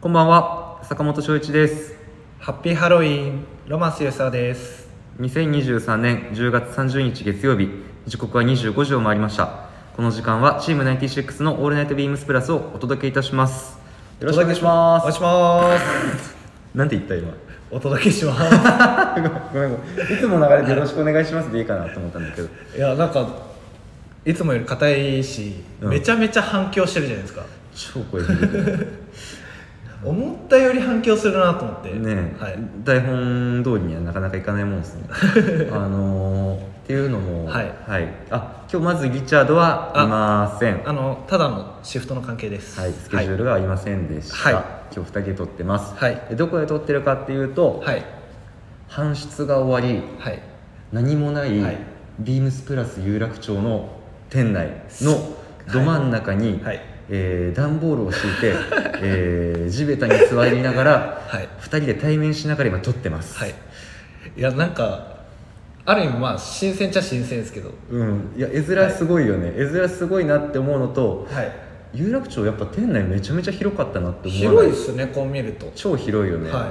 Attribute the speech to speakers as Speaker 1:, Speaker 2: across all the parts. Speaker 1: こんばんは、坂本翔一です。
Speaker 2: ハッピーハロウィンロマンスユサです
Speaker 1: 2023年10月30日月曜日、時刻は25時を回りました。この時間はチーム96のオールナイトビームスプラスをお届けいたします。よろしくお願いし
Speaker 2: お
Speaker 1: ま
Speaker 2: 願い
Speaker 1: す。
Speaker 2: します
Speaker 1: なんて言った今。
Speaker 2: お届けします
Speaker 1: ごめん ごめん。いつもの流れでよろしくお願いしますでいいかなと思ったんだけど。
Speaker 2: いやなんかいつもより硬いし、
Speaker 1: うん
Speaker 2: めちゃめちゃ反響してるじゃないですか
Speaker 1: 超声響いてる
Speaker 2: 思ったより反響するなと思って
Speaker 1: ねえ、
Speaker 2: はい、
Speaker 1: 台本通りにはなかなかいかないもん ですねあのー、っていうのも
Speaker 2: はい
Speaker 1: あ今日まずギチャードはいません
Speaker 2: あのただのシフトの関係です
Speaker 1: はい、スケジュールが合いませんでした、
Speaker 2: はい
Speaker 1: 今日2人で撮ってます、
Speaker 2: はい
Speaker 1: でどこで撮ってるかっていうと、
Speaker 2: はい
Speaker 1: 搬出が終わり
Speaker 2: はい、はい
Speaker 1: 何もない、
Speaker 2: はい
Speaker 1: ビームスプラス有楽町の店内のど真ん中に、
Speaker 2: はい
Speaker 1: えー段ボールを敷いて、えー地べたに座りながら、
Speaker 2: はい
Speaker 1: 2人で対面しながら今撮ってます、
Speaker 2: はい、いやなんかある意味まあ新鮮っちゃ新鮮ですけど
Speaker 1: うん、いや絵面すごいよね、絵面すごいなって思うのと
Speaker 2: はい
Speaker 1: 有楽町やっぱ店内めちゃめちゃ広かったなって思う
Speaker 2: 広いですねこう見ると、
Speaker 1: 超広いよね、、
Speaker 2: は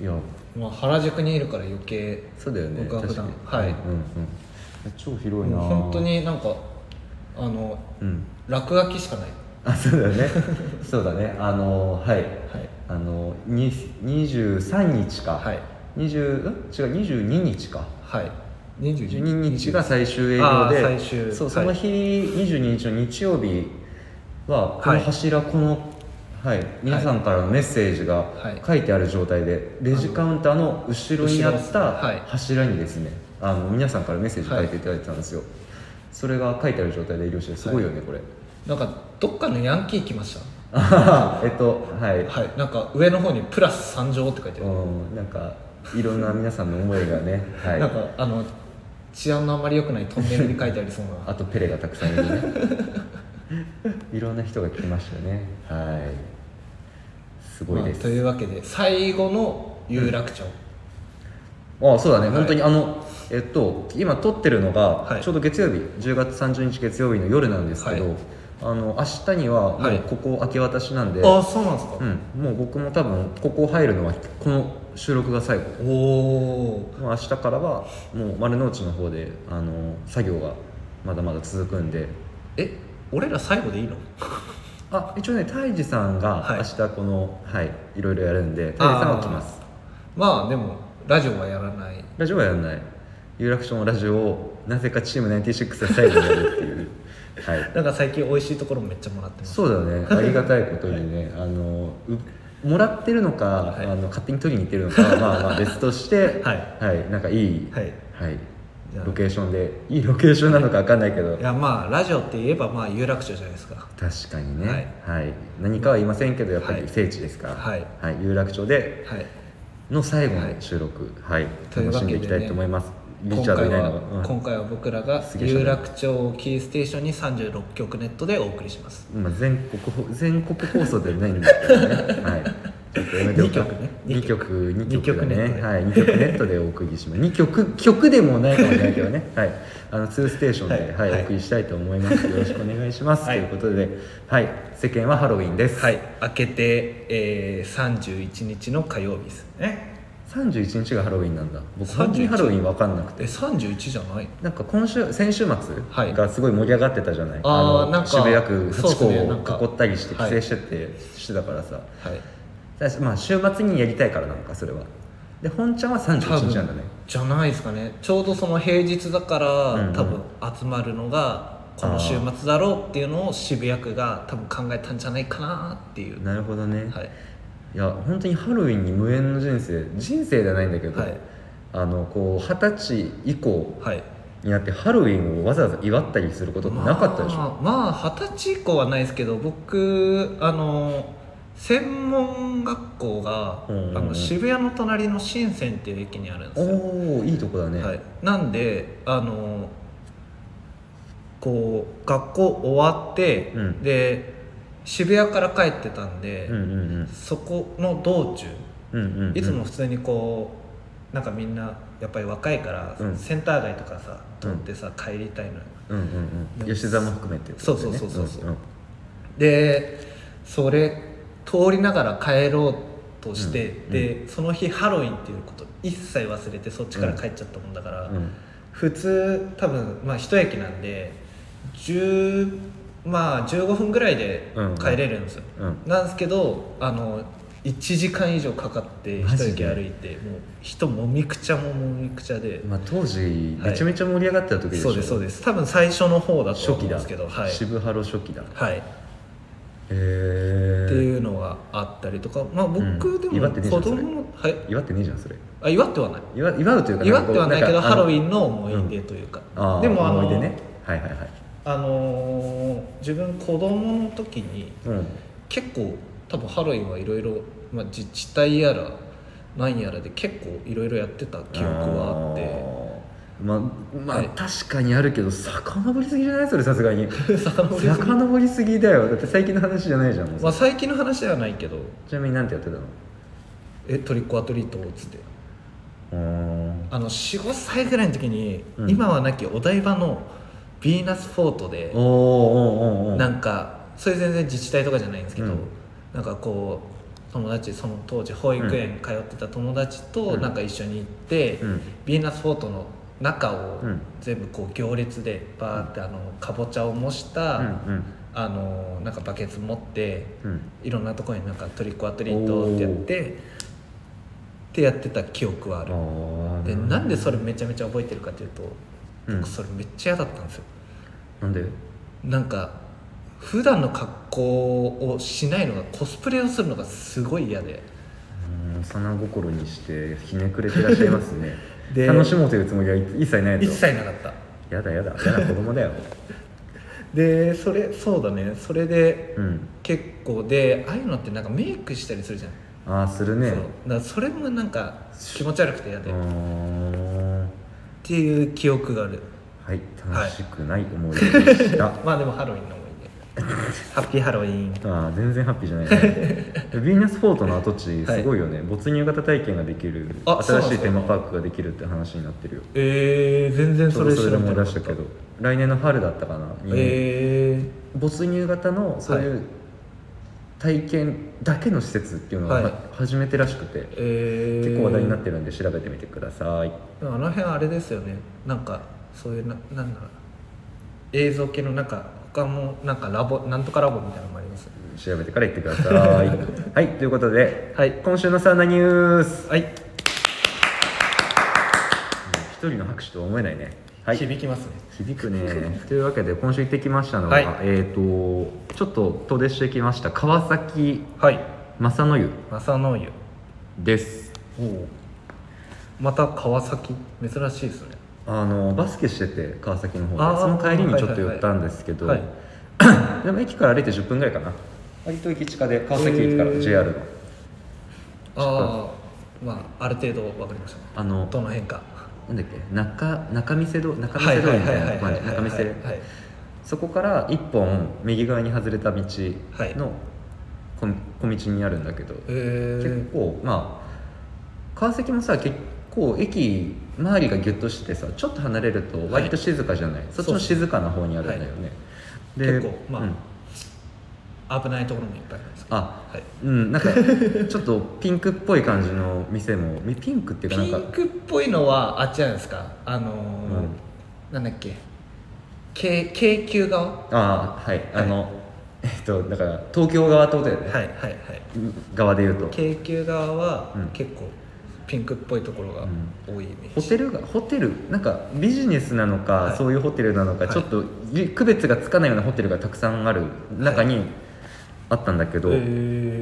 Speaker 2: い
Speaker 1: や
Speaker 2: い、まあ、原宿にいるから余計
Speaker 1: そうだよね
Speaker 2: 僕は普段
Speaker 1: 確かに
Speaker 2: はい
Speaker 1: うんうん、超広いな
Speaker 2: 本当になんかあの
Speaker 1: うん
Speaker 2: 落書きしかない
Speaker 1: あそうだよね そうだねあのはい
Speaker 2: はい
Speaker 1: あのに23日か、
Speaker 2: はい
Speaker 1: 20うん違う22日か
Speaker 2: はい22
Speaker 1: 22日が最終営業
Speaker 2: あ
Speaker 1: で
Speaker 2: ー最終
Speaker 1: そう
Speaker 2: はい
Speaker 1: その日、22日の日曜日はこ
Speaker 2: は
Speaker 1: の
Speaker 2: い
Speaker 1: 柱、この、はい、皆さんからのメッセージが
Speaker 2: はい
Speaker 1: 書いてある状態で、レジカウンターの後ろにあった
Speaker 2: 後ろですねはい
Speaker 1: 柱にですねあの皆さんからメッセージ書いていただいてたんですよ、それが書いてある状態で営業してるすごいよね、これ
Speaker 2: なんかどっかのヤンキー来まし
Speaker 1: あはは えっとはい、
Speaker 2: たはいなんか上の方に「プラス参上」って書いてある、
Speaker 1: うんなんかいろんな皆さんの思いがね、はい、
Speaker 2: なんかあの治安のあんまり良くないトンネルに書いてありそうな
Speaker 1: あとペレがたくさんいるね いろんな人が来ましたねはいすごいで、
Speaker 2: ますあというわけで最後の有楽町、
Speaker 1: あそうだね、
Speaker 2: はい
Speaker 1: 本当にあのえっと今撮ってるのが、
Speaker 2: はい
Speaker 1: ちょうど月曜日10月30日月曜日の夜なんですけど、
Speaker 2: はい
Speaker 1: あの明日にはも
Speaker 2: は
Speaker 1: う
Speaker 2: い
Speaker 1: ここ明け渡しなんで、
Speaker 2: ああそうなんですか、
Speaker 1: うん、もう僕も多分ここ入るのはこの収録が最後
Speaker 2: おお
Speaker 1: もう明日からはもう丸の内の方であの作業がまだまだ続くんで
Speaker 2: え俺ら最後でいいの
Speaker 1: あ一応ね泰治さんが
Speaker 2: はい
Speaker 1: 明日このはい、い、ろいろやるんで泰治さんは来ます
Speaker 2: まあでもラジオはやらない
Speaker 1: ラジオはやらない有楽町のラジオをなぜかチーム96で最後にやるっていう はい
Speaker 2: なんか最近美味しいところめっちゃもらってます
Speaker 1: そうだねありがたいことに ね、あのうもらってるのか、
Speaker 2: い
Speaker 1: あの勝手に取りに行ってるのかはまあま あ別として、
Speaker 2: はい
Speaker 1: はい、なんかいい、
Speaker 2: はい
Speaker 1: はい
Speaker 2: じゃあ
Speaker 1: ロケーションでいいロケーションなのかわかんないけど
Speaker 2: いやまあラジオって言えばまあ有楽町じゃないですか
Speaker 1: 確かにね、はい何かは言いませんけどやっぱ
Speaker 2: は
Speaker 1: り
Speaker 2: い
Speaker 1: 聖地ですから、
Speaker 2: はい
Speaker 1: 有楽町で
Speaker 2: はい
Speaker 1: の最後の収録、はい
Speaker 2: という
Speaker 1: 楽
Speaker 2: わ
Speaker 1: し
Speaker 2: け
Speaker 1: ん
Speaker 2: で
Speaker 1: で
Speaker 2: ね
Speaker 1: いきたいと思います、リ
Speaker 2: 今
Speaker 1: チャード
Speaker 2: 回
Speaker 1: いない
Speaker 2: は
Speaker 1: のが、
Speaker 2: 今回は僕らが
Speaker 1: 杉下さん
Speaker 2: 有楽町をキーステーションに36局ネットでお送りします
Speaker 1: うんまあ全国ほ全国放送ではないんですけど ねはいちょっとやめておこう
Speaker 2: 二曲ね
Speaker 1: 二曲
Speaker 2: 二曲
Speaker 1: 二曲だ
Speaker 2: 二曲ネット
Speaker 1: ね
Speaker 2: で
Speaker 1: はい二曲ネットでお送りします二曲曲でもないかもしれないけど ねはいあのツーステーションで、は
Speaker 2: はいいはい
Speaker 1: お送りしたいと思いますよろしくお願いします、
Speaker 2: はい
Speaker 1: ということではい世間はハロウィンです、
Speaker 2: はい明けて、えー、31日の火曜日ですね
Speaker 1: 31日がハロウィンなんだ僕
Speaker 2: 31
Speaker 1: 本当にハロウィン分かんなくて
Speaker 2: え31じゃない
Speaker 1: なんか今週先週
Speaker 2: は
Speaker 1: 末
Speaker 2: い
Speaker 1: がすごい盛り上がってたじゃない、
Speaker 2: あーなんか
Speaker 1: 渋谷区
Speaker 2: そう
Speaker 1: 八甲
Speaker 2: っすねなんか
Speaker 1: を囲ったりして
Speaker 2: は
Speaker 1: 帰
Speaker 2: い
Speaker 1: 省してって、してたからさ
Speaker 2: はい
Speaker 1: だしまあ週末にやりたいからなんかそれはで本ちゃんは31日なんだね
Speaker 2: じゃないですかねちょうどその平日だから、
Speaker 1: うんうん
Speaker 2: 多分集まるのがこの週末だろうっていうのを渋谷区が多分考えたんじゃないかなっていう
Speaker 1: なるほどね、、
Speaker 2: はいい
Speaker 1: や本当にハロウィンに無縁の人生人生ではないんだけど、
Speaker 2: はい
Speaker 1: あのこう二十歳以降
Speaker 2: はい
Speaker 1: になってハロウィンをわざわざ祝ったりすることってなかったでしょ、
Speaker 2: まあまあ二十、歳以降はないですけど僕あの専門学校が、
Speaker 1: うんうん
Speaker 2: あの渋谷の隣の深センっていう駅にあるんですよ、
Speaker 1: おおいいとこだね、
Speaker 2: はい、なんであのこう学校終わって、
Speaker 1: うん
Speaker 2: で渋谷から帰ってたんで、
Speaker 1: うんうんうん
Speaker 2: そこの道中
Speaker 1: うんうんうん
Speaker 2: いつも普通にこうなんかみんなやっぱり若いから、
Speaker 1: うん
Speaker 2: センター街とかさ
Speaker 1: う
Speaker 2: 通っ
Speaker 1: ん
Speaker 2: てさ、帰りたいのよ
Speaker 1: うんうんうん吉沢も含めてってことだよね
Speaker 2: そうそうそうそうそうん
Speaker 1: ん
Speaker 2: でそれ通りながら帰ろうとして、でその日ハロウィンっていうこと一切忘れてそっちから帰っちゃったもんだから、
Speaker 1: うん
Speaker 2: 普通多分まあ一駅なんで10まあ15分ぐらいで帰れるんですよ、
Speaker 1: うんうん
Speaker 2: なんですけどあの1時間以上かかって
Speaker 1: マ
Speaker 2: 一
Speaker 1: ジ
Speaker 2: 駅
Speaker 1: で
Speaker 2: 歩いてもう人もみくちゃももみくちゃで、
Speaker 1: まあ、当時めちゃめちゃ盛り上がってた時でしょ、
Speaker 2: そうですそうですす多分最初の方だと
Speaker 1: 初
Speaker 2: 思う
Speaker 1: 期
Speaker 2: ん
Speaker 1: だ
Speaker 2: ですけどはい、
Speaker 1: 渋ハロ初期だへ
Speaker 2: はい、って
Speaker 1: え
Speaker 2: いうのがあったりとかまあ
Speaker 1: うん
Speaker 2: 僕でも
Speaker 1: 祝ってね
Speaker 2: 子供も、はい
Speaker 1: 祝ってねえじゃんそれ
Speaker 2: あ祝ってはない
Speaker 1: 祝祝うというか
Speaker 2: 祝ってはないけどハロウィ
Speaker 1: ン
Speaker 2: ンの思い出というか、
Speaker 1: あ
Speaker 2: で
Speaker 1: で
Speaker 2: も
Speaker 1: も
Speaker 2: あ
Speaker 1: あ
Speaker 2: の
Speaker 1: の思い出ねはいはいはい
Speaker 2: あのー自分子供の時に
Speaker 1: うん
Speaker 2: 結構多分ハロウィンはいろいろまあ自治体やらなんやらで結構いろいろやってた記憶はあって
Speaker 1: あーまあまあ、
Speaker 2: はい
Speaker 1: 確かにあるけど遡りすぎじゃないそれさすが に
Speaker 2: 遡りすぎ
Speaker 1: 遡りすぎだよだって最近の話じゃないじゃんもう
Speaker 2: まあ最近の話ではないけど
Speaker 1: ちなみになんてやってたの
Speaker 2: えトリックアトリートっつって
Speaker 1: うーん
Speaker 2: あの45歳ぐらいの時に、
Speaker 1: うん
Speaker 2: 今はなきお台場のヴィーナスフォートで
Speaker 1: おーおーおーおー
Speaker 2: なんかそれ全然自治体とかじゃないんですけど、
Speaker 1: うん
Speaker 2: なんかこう友達その当時保育園通ってた友達と
Speaker 1: うん
Speaker 2: なんか一緒に行って、
Speaker 1: うん
Speaker 2: ヴィーナスフォートの中を
Speaker 1: うん
Speaker 2: 全部こう行列でバーってあのかぼちゃを模した、
Speaker 1: うん
Speaker 2: あのなんかバケツ持って
Speaker 1: うんうん
Speaker 2: いろんなところになんかトリックオアトリートってやってってやってた記憶はある
Speaker 1: あー
Speaker 2: でなんでそれめちゃめちゃ覚えてるかというと、
Speaker 1: うん
Speaker 2: 僕それめっちゃ嫌だったんですよ
Speaker 1: なんで
Speaker 2: なんか普段の格好をしないのがコスプレをするのがすごい嫌で
Speaker 1: うん幼心にしてひねくれてらっしゃいますね
Speaker 2: で
Speaker 1: 楽しもうというつもりは一切ないと
Speaker 2: 一切なかった
Speaker 1: やだやだやだ子供だ よ
Speaker 2: でそれそうだねそれで
Speaker 1: うん
Speaker 2: 結構でああいうのってなんかメイクしたりするじゃん、
Speaker 1: ああするね
Speaker 2: そうだからそれもなんか気持ち悪くて嫌
Speaker 1: う
Speaker 2: で、
Speaker 1: ー
Speaker 2: っ
Speaker 1: ん
Speaker 2: ていう記憶がある
Speaker 1: はい楽しくない思い出でした、
Speaker 2: まあでもハロウィンの思い 出ハッピーハロウィン
Speaker 1: ああ全然ハッピーじゃない ねヴィーナスフォートの跡地すごいよね、没入型体験ができる
Speaker 2: あそ
Speaker 1: 新
Speaker 2: うなん
Speaker 1: し
Speaker 2: で
Speaker 1: い
Speaker 2: すか
Speaker 1: テーマパークができるって話になってるよ
Speaker 2: えー、全然
Speaker 1: ちょ
Speaker 2: そう
Speaker 1: ど
Speaker 2: れ
Speaker 1: そ
Speaker 2: 知
Speaker 1: れで
Speaker 2: らな
Speaker 1: 思
Speaker 2: か
Speaker 1: い
Speaker 2: った
Speaker 1: 出したけど来年の春だったかなに、
Speaker 2: え
Speaker 1: 没入型のそういう体験だけの施設っていうのを
Speaker 2: はい
Speaker 1: は始めてらしくて、
Speaker 2: ー、えー、
Speaker 1: 結構話題になってるんで調べてみてください
Speaker 2: でもあの辺あれですよねなんかそういうななんだろう映像系のなんか他もなんかラボなんとかラボみたいなのもあります
Speaker 1: 調べてから言ってくださ いはいということで
Speaker 2: はい
Speaker 1: 今週のサウナニュース
Speaker 2: はい、
Speaker 1: 一人の拍手とは思えないねはい
Speaker 2: 響きますね
Speaker 1: 響くねというわけで今週行ってきましたのは、
Speaker 2: はい
Speaker 1: えっ、とちょっと遠出してきました川崎
Speaker 2: はい
Speaker 1: 正の湯
Speaker 2: 正野湯
Speaker 1: です
Speaker 2: おおまた川崎珍しいですね
Speaker 1: あのバスケしてて川崎の方
Speaker 2: あ
Speaker 1: で
Speaker 2: ー
Speaker 1: その帰りに
Speaker 2: はい
Speaker 1: ち
Speaker 2: は
Speaker 1: ょ
Speaker 2: い
Speaker 1: っと寄ったんですけど、
Speaker 2: はい
Speaker 1: でも駅から歩いて10分ぐらいかな割と駅近で川崎駅から
Speaker 2: へー
Speaker 1: JR の
Speaker 2: ああまあある程度わかりました
Speaker 1: あの
Speaker 2: どの辺か
Speaker 1: なんだっけ中中見世通り中見世通りみたいな感じ中見世
Speaker 2: はい
Speaker 1: そこから1本右側に外れた道の
Speaker 2: はい
Speaker 1: 小小道にあるんだけど、
Speaker 2: え
Speaker 1: 結
Speaker 2: ー、
Speaker 1: 構まあ川崎もさ結構駅周りがギュッとしてさちょっと離れると割と静かじゃない、そっちの静かな方にあるんだよね、
Speaker 2: 結構まあ、
Speaker 1: うん
Speaker 2: 危ないところもいっぱいありますけど
Speaker 1: あ
Speaker 2: はい
Speaker 1: うんなんかちょっとピンクっぽい感じの店もみピンクっていうかなん
Speaker 2: ピ
Speaker 1: か
Speaker 2: ンクっぽいのはあっちじゃないですかあのー
Speaker 1: ん
Speaker 2: なんだっけ京京急側
Speaker 1: ああはい、あの えっとだから東京側ってことだよね、
Speaker 2: はいはいはい
Speaker 1: 側で言うと
Speaker 2: 京急側は
Speaker 1: うん
Speaker 2: 結構ピンクっぽいところが
Speaker 1: うん
Speaker 2: 多いイメー
Speaker 1: ホ
Speaker 2: ジ、
Speaker 1: テルがホテルなんかビジネスなのか、
Speaker 2: はい
Speaker 1: そういうホテルなのか、
Speaker 2: はい
Speaker 1: ちょっとゆ区別がつかないようなホテルがたくさんある中にあったんだけど、
Speaker 2: へー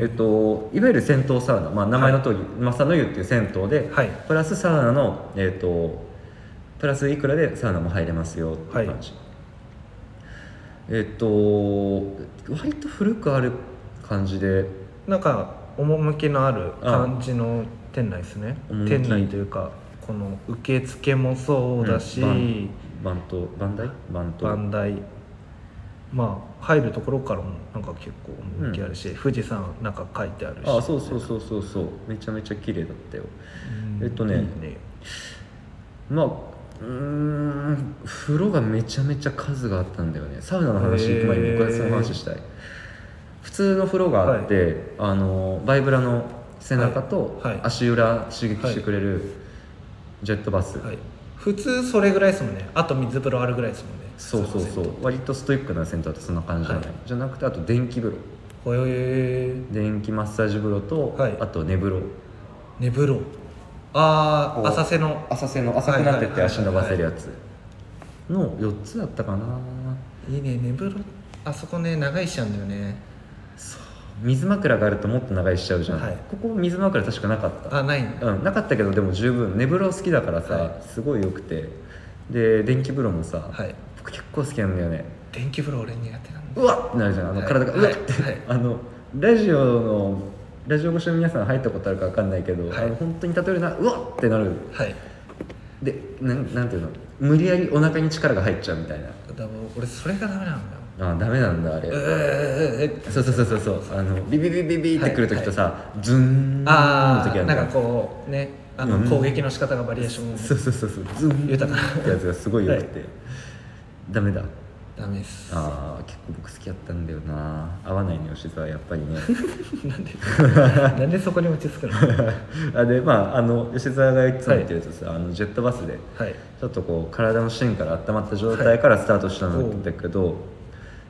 Speaker 1: えっと、いわゆる銭湯サウナ、まあ、名前の通り、まさ正の湯っていう銭湯で、
Speaker 2: はい
Speaker 1: プラスサウナの、えっと、プラスいくらでサウナも入れますよっていう感じ、えっと割と古くある感じで
Speaker 2: なんか趣のある感じの店内ですね
Speaker 1: あ趣
Speaker 2: 店内というかこの受付もそうだし、
Speaker 1: うんバントバンダイバント
Speaker 2: 番台まあ入るところからもなんか結構趣あるし、富士山なんか書いてあるし
Speaker 1: あそうそうそうそうそうめちゃめちゃ綺麗だったよ
Speaker 2: うん
Speaker 1: えっとね
Speaker 2: いい
Speaker 1: まあうーん風呂がめちゃめちゃ数があったんだよねサウナの話行く前に僕はその話したい普通の風呂があって、あのバイブラの背中と
Speaker 2: はいはい
Speaker 1: 足裏刺激してくれるジェットバス、
Speaker 2: はい、普通それぐらいですもんねあと水風呂あるぐらいですもんね
Speaker 1: そうそうそ
Speaker 2: 普通の銭湯
Speaker 1: う割とストイックな銭湯ってそんな感じじゃない、
Speaker 2: はい
Speaker 1: じゃなくてあと電気風呂
Speaker 2: ほえー、
Speaker 1: 電気マッサージ風呂と、
Speaker 2: はい
Speaker 1: あと寝風呂
Speaker 2: 寝風呂あ
Speaker 1: お
Speaker 2: あ浅瀬の
Speaker 1: 浅瀬の浅くなって
Speaker 2: はいはいはい
Speaker 1: て
Speaker 2: はい
Speaker 1: 足伸ばせるやつの4つだったかない
Speaker 2: いね寝風呂あそこね長いしちゃうんだよね
Speaker 1: そう水枕があるともっと長いしちゃうじゃん、
Speaker 2: はい
Speaker 1: ここ水枕確かなかった
Speaker 2: あないんだ
Speaker 1: うん、なかったけどでも十分寝風呂好きだからさ、
Speaker 2: は
Speaker 1: すごいよくてで電気風呂もさ、
Speaker 2: はい
Speaker 1: 僕結構好きなんだよね
Speaker 2: 電気風呂俺苦手なんだ
Speaker 1: うわっってなるじゃんあの
Speaker 2: はい
Speaker 1: 体が、
Speaker 2: はいう
Speaker 1: わっって、
Speaker 2: はい
Speaker 1: あのラジオのラジオ越しの皆さん入ったことあるか分かんないけど、
Speaker 2: はい
Speaker 1: あの本当に例えるなうわっってなる
Speaker 2: はい
Speaker 1: でなんなんていうの無理やりお腹に力が入っちゃうみたいな
Speaker 2: だから俺それがダメなんだよ
Speaker 1: あーダメなんだあれ、
Speaker 2: うー
Speaker 1: そうそうそうそうそうあのビビビビビってくるときとさ、ズーンの
Speaker 2: ああ
Speaker 1: 時あるじ
Speaker 2: な
Speaker 1: ゃ
Speaker 2: んかこうねあの
Speaker 1: うん
Speaker 2: 攻撃の仕方がバリエーション
Speaker 1: そうそうそうそうズーン
Speaker 2: 豊かな
Speaker 1: ってやつがすごい良くて、ダメだ
Speaker 2: ダメです
Speaker 1: ああ結構僕好きやったんだよな合わないね吉沢やっぱり ね
Speaker 2: なんで なんでそこに落ち着くのは
Speaker 1: あでまああの吉沢がいつも言ってるやつさ、あのジェットバスで
Speaker 2: い
Speaker 1: ちょっとこう体の芯から温まった状態からスタートした
Speaker 2: はい
Speaker 1: んだけど、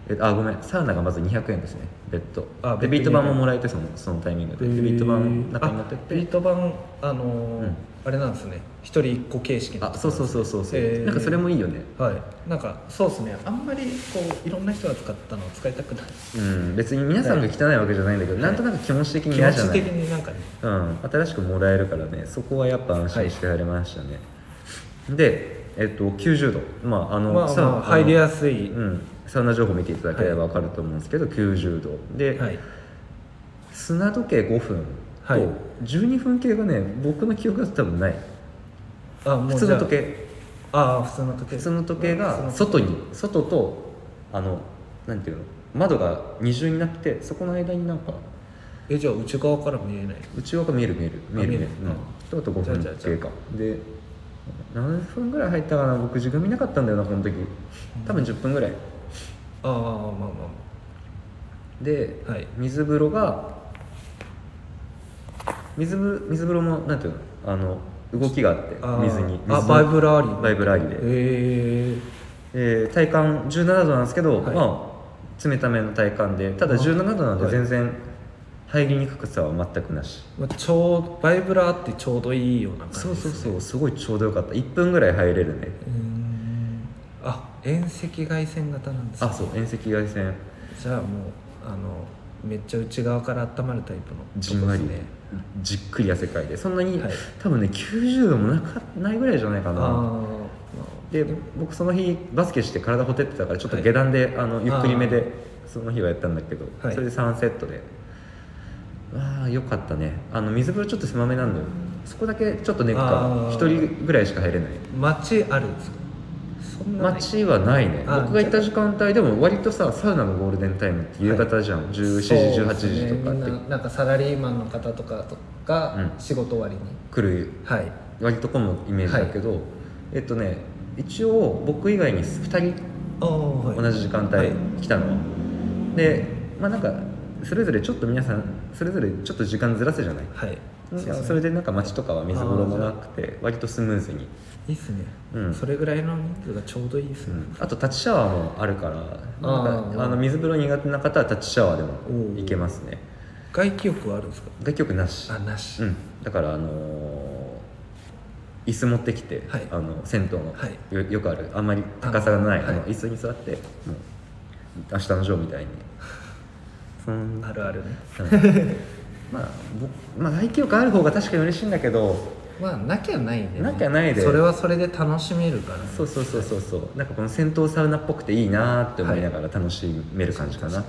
Speaker 1: えあごめんサウナがまず200円ですね別途
Speaker 2: あ
Speaker 1: で
Speaker 2: 別
Speaker 1: ビート
Speaker 2: 途
Speaker 1: 板ももらえてそのそのタイミングででビート板中に持ってっ
Speaker 2: あビー
Speaker 1: て
Speaker 2: ト版あのー
Speaker 1: うん
Speaker 2: あれなんですね一人一個形式の
Speaker 1: あそうそうそうそうそう、
Speaker 2: へー
Speaker 1: なんかそれもいいよね
Speaker 2: はいなんかそうですねあんまりこういろんな人が使ったのを使いたくない
Speaker 1: うん別に皆さんが汚いわけじゃないんだけど、
Speaker 2: はい
Speaker 1: なんとなく気持ち的に
Speaker 2: 気
Speaker 1: 嫌
Speaker 2: 持
Speaker 1: じゃ
Speaker 2: ち
Speaker 1: ない
Speaker 2: 的になんかね
Speaker 1: うん、新しくもらえるからねそこはやっぱ安心してやれましたね、で、えっと、90度まああの、
Speaker 2: まあ
Speaker 1: サウ
Speaker 2: まあ
Speaker 1: ナ
Speaker 2: 入りやすい、
Speaker 1: うん、サウナ情報見ていただければ分かると思うんですけど、90度で、
Speaker 2: はい
Speaker 1: 砂時計5分と
Speaker 2: はい
Speaker 1: 12分計がね僕の記憶だと多分ない
Speaker 2: あも
Speaker 1: 普
Speaker 2: う
Speaker 1: 通
Speaker 2: じゃ
Speaker 1: の
Speaker 2: あ
Speaker 1: 時計
Speaker 2: ああ普通の時計
Speaker 1: 普通の時計が
Speaker 2: 普通の
Speaker 1: 外に外とあのなんていうの窓が二重になっててそこの間になんか
Speaker 2: えじゃあ内側から見えない
Speaker 1: 内側が見える見える見える見え
Speaker 2: 見
Speaker 1: る
Speaker 2: える
Speaker 1: うん、あと5
Speaker 2: じゃあ
Speaker 1: 分
Speaker 2: じゃあじゃあ
Speaker 1: 経過で何分ぐらい入ったかな僕時間見なかったんだよなこの時多分10分ぐらい
Speaker 2: ああまあまあま
Speaker 1: で、
Speaker 2: はい
Speaker 1: 水風呂が水ぶ水風呂もなんていうのあの動きがあって
Speaker 2: ああ
Speaker 1: 水に水
Speaker 2: あ
Speaker 1: の
Speaker 2: バイブラーリ
Speaker 1: バイブラリで
Speaker 2: へ、え
Speaker 1: えー体感17度なんですけど、
Speaker 2: はい
Speaker 1: まあ冷ための体感でただ17度なんで
Speaker 2: はい
Speaker 1: 全然入りにくくさは全くなし、
Speaker 2: まあ、ちょうバイブラーってちょうどいいような感じ
Speaker 1: そうそうそううすごいちょうどよかった1分ぐらい入れるね
Speaker 2: うーんあ遠赤外線型なんですね
Speaker 1: あそう遠赤外線
Speaker 2: じゃあもうあのめっちゃ内側から温まるタイプの
Speaker 1: じんわり
Speaker 2: とこですね
Speaker 1: じっくり汗かいてそんなに、
Speaker 2: はい
Speaker 1: 多分ね90度もなかないぐらいじゃないか
Speaker 2: あー、
Speaker 1: な
Speaker 2: ま
Speaker 1: で僕その日バスケして体ほてってたからちょっと
Speaker 2: はい
Speaker 1: 下段で、あのゆっくりめ
Speaker 2: あ
Speaker 1: でその日はやったんだけど、
Speaker 2: はい
Speaker 1: それで3セットでああよかったねあの水風呂ちょっと狭めなんだよそこだけちょっとネック
Speaker 2: あ
Speaker 1: か
Speaker 2: ー
Speaker 1: 1人ぐらいしか入れない
Speaker 2: あ、街あるんですかそんなない
Speaker 1: 街はないね
Speaker 2: あー
Speaker 1: 僕が行った時間帯でも割とさサウナのゴールデンタイムって夕方じゃん、
Speaker 2: そう
Speaker 1: 17
Speaker 2: です
Speaker 1: 時
Speaker 2: ね
Speaker 1: 18時とか
Speaker 2: みん
Speaker 1: って
Speaker 2: ななんかサラリーマンの方とかとか
Speaker 1: うん
Speaker 2: 仕事終わりに、
Speaker 1: 来る
Speaker 2: はい
Speaker 1: 割と混むイメージだけど、えっとね一応僕以外に2人
Speaker 2: あーはい
Speaker 1: 同じ時間
Speaker 2: はい
Speaker 1: 帯来たのは、でまあなんかそれぞれちょっと皆さんそれぞれちょっと時間ずらせじゃない
Speaker 2: はい
Speaker 1: そ,、
Speaker 2: うですね
Speaker 1: れでなんか街とかは水風呂もなくて割とスムーズに、
Speaker 2: いいっすね、
Speaker 1: うん
Speaker 2: それぐらいの人数がちょうどいいです
Speaker 1: う
Speaker 2: ね、
Speaker 1: んあと立ちシャワーもあるから
Speaker 2: あー
Speaker 1: なんかあの水風呂苦手な方は立ちシャワーでも行けますね
Speaker 2: 外気浴はあるんですか
Speaker 1: 外気浴なし
Speaker 2: あなし、
Speaker 1: うん、だからあのー椅子持ってきて、
Speaker 2: はい
Speaker 1: あの銭湯の、
Speaker 2: はい
Speaker 1: よよくあるあんまり高さがない
Speaker 2: あ
Speaker 1: あ
Speaker 2: のはい
Speaker 1: の椅子に座ってもう明日のジョーみたいにそん
Speaker 2: あるあるね
Speaker 1: うんまあ僕まあ外気浴ある方が確かに嬉しいんだけど
Speaker 2: まあなきゃないで、ね、
Speaker 1: なきゃないで
Speaker 2: それはそれで楽しめるから、ね、
Speaker 1: そうそうそうそうそうなんかこの銭湯サウナっぽくていいなーって思いながら楽しめる感じかな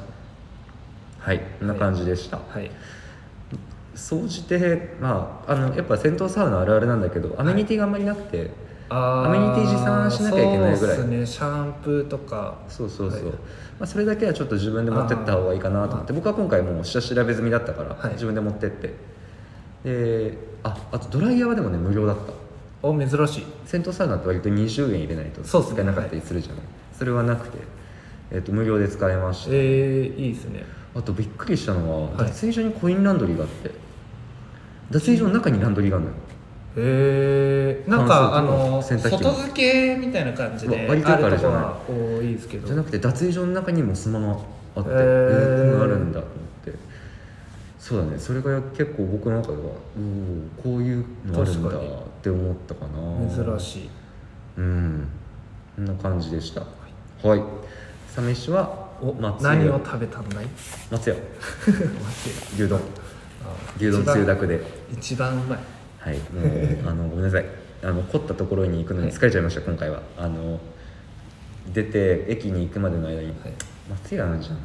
Speaker 1: はい、こんな感じでした、
Speaker 2: はい
Speaker 1: 総じてまああのやっぱ銭湯サウナあるあるなんだけどアメニティがあんまりなくて、
Speaker 2: あ
Speaker 1: アメニティ持参しなきゃいけないぐらい
Speaker 2: そうですねシャンプーとか
Speaker 1: そうそうそう、
Speaker 2: はい
Speaker 1: まあ、それだけはちょっと自分で持ってった方がいいかなと思って僕は今回もう下調べ済みだったから、
Speaker 2: はい
Speaker 1: 自分で持ってってでああとドライヤーはでもね無料だった
Speaker 2: お珍しい
Speaker 1: 銭湯サウナって割と20円入れないと
Speaker 2: そ
Speaker 1: 使
Speaker 2: うっすね
Speaker 1: えなかったりするじゃないそ,、れはなくて、えっと無料で使えました、
Speaker 2: えー、いいですね
Speaker 1: あとびっくりしたのは、
Speaker 2: い
Speaker 1: 脱衣所にコインランドリーがあって脱衣所の中にランドリーがあるのよ
Speaker 2: へえなんかあ
Speaker 1: 乾燥機も
Speaker 2: の
Speaker 1: 洗濯機も
Speaker 2: 外付けみたいな感じで
Speaker 1: わ割とよくあ
Speaker 2: あ
Speaker 1: る
Speaker 2: る
Speaker 1: じ
Speaker 2: と
Speaker 1: ゃ
Speaker 2: こ
Speaker 1: ない
Speaker 2: は多いですけど
Speaker 1: じゃなくて脱衣所の中にもそのままあって、
Speaker 2: へー
Speaker 1: えーこんなのあるんだと思ってそうだねそれが結構僕の中ではうおこういうのあるんだ
Speaker 2: 確かに
Speaker 1: って思ったかな
Speaker 2: 珍しい
Speaker 1: うんこんな感じでしたはい朝飯は
Speaker 2: お
Speaker 1: 松屋
Speaker 2: 何を食べたんだい
Speaker 1: 松屋
Speaker 2: 待って
Speaker 1: 牛丼
Speaker 2: あ
Speaker 1: 牛丼つゆだくで
Speaker 2: 一番うまい
Speaker 1: はいもう あのごめんなさいあの凝ったところに行くのに疲れちゃいました、今回はあの出て駅に行くまでの間に
Speaker 2: はい
Speaker 1: 松屋あるじゃん今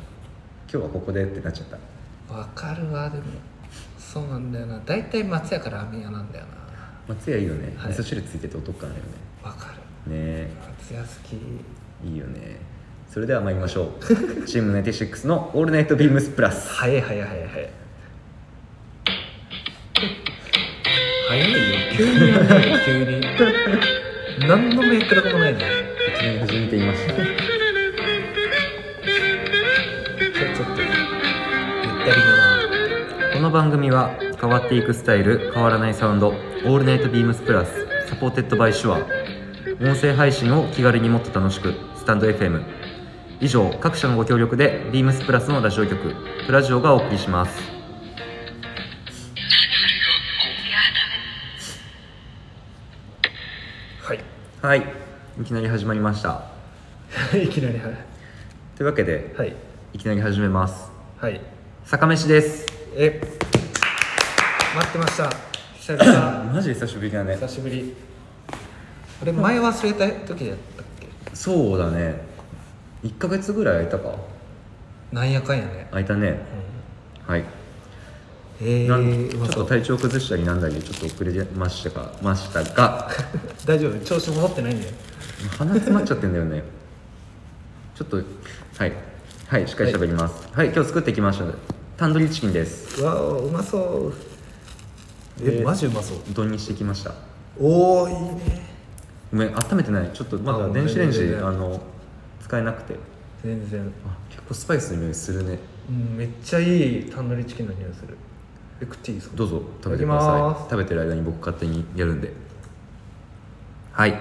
Speaker 1: 日はここでってなっちゃった
Speaker 2: わかるわでもそうなんだよな大体松屋からラーメン屋なんだよ
Speaker 1: 松屋いいよね、
Speaker 2: はい
Speaker 1: 味噌汁ついててお得感あるよね
Speaker 2: なわかる
Speaker 1: ね
Speaker 2: 松屋好
Speaker 1: え
Speaker 2: き
Speaker 1: いいよねそれでは参りましょ うチーム96の「オールナイトビームスプラス
Speaker 2: 早い早い早い早い早いよ急にやんないよ急に何のメイク力もないね」
Speaker 1: 一年始めていました
Speaker 2: ちょちょっとゆったりめな
Speaker 1: この番組は変わっていくスタイル変わらないサウンドオールナイトビームスプラスサポーテッドバイシュア音声配信を気軽にもっと楽しくスタンド FM 以上各社のご協力でビームスプラスのラジオ局プラジオがお送りします
Speaker 2: は
Speaker 1: はいいきなり始まりました
Speaker 2: い いきなりはい
Speaker 1: というわけで
Speaker 2: はい
Speaker 1: いきなり始めます
Speaker 2: はい
Speaker 1: 坂飯です
Speaker 2: え待ってました久々
Speaker 1: マジで久しぶりだね
Speaker 2: 久しぶりあれ前忘れた時やったっけ
Speaker 1: そうだね1ヶ月ぐらい空いたか
Speaker 2: なんやかんやね、
Speaker 1: 空いたねはい、
Speaker 2: ええ
Speaker 1: なん
Speaker 2: ー、ま
Speaker 1: ちょっ
Speaker 2: さ
Speaker 1: と
Speaker 2: か
Speaker 1: 体調崩したりなんだりでちょっと遅れてましたがましたが
Speaker 2: 大丈夫調子戻ってないんだよ
Speaker 1: 鼻詰まっちゃってんだよねちょっとはいはいしっかり喋りますはい、今日作ってきましたタンドリーチキンです
Speaker 2: うわおうまそうえ、
Speaker 1: えー
Speaker 2: マジうまそう
Speaker 1: 丼にしてきました
Speaker 2: おおいいね
Speaker 1: ごめん温めてないちょっとまだ
Speaker 2: あ
Speaker 1: 電子レン
Speaker 2: 全
Speaker 1: ジ
Speaker 2: 然
Speaker 1: あの使えなくて
Speaker 2: 全然
Speaker 1: あ結構スパイスの匂いするね
Speaker 2: うんめっちゃいいタンドリーチキンの匂いするえ食っていいですか
Speaker 1: どうぞ食べてく
Speaker 2: い
Speaker 1: だ
Speaker 2: ただきま
Speaker 1: さい
Speaker 2: す
Speaker 1: 食べてる間に僕勝手にやるんではい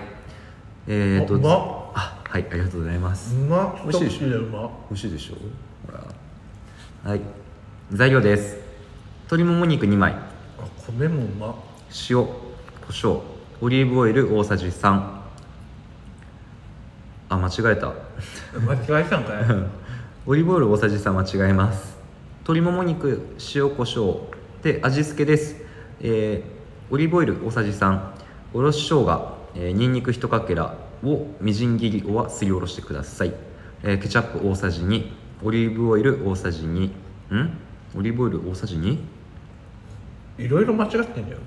Speaker 1: えー、と
Speaker 2: あうまっ
Speaker 1: あはいありがとうございます
Speaker 2: うま
Speaker 1: 美味しいでしょ
Speaker 2: 一口でうま
Speaker 1: 美味しいでしょほらはい材料です鶏もも肉2枚
Speaker 2: あ米もうま
Speaker 1: 塩胡椒オリーブオイル大さじ3あ間違えた
Speaker 2: 間違えたんかい
Speaker 1: オリーブオイル大さじ3間違えます鶏もも肉塩胡椒で味付けです、えーオリーブオイル大さじ3おろし生姜、えー、にんにく1かけらをみじん切りはすりおろしてください、えーケチャップ大さじ2オリーブオイル大さじ2んオリーブオイル大さじ 2?
Speaker 2: いろいろ間違ってんじゃん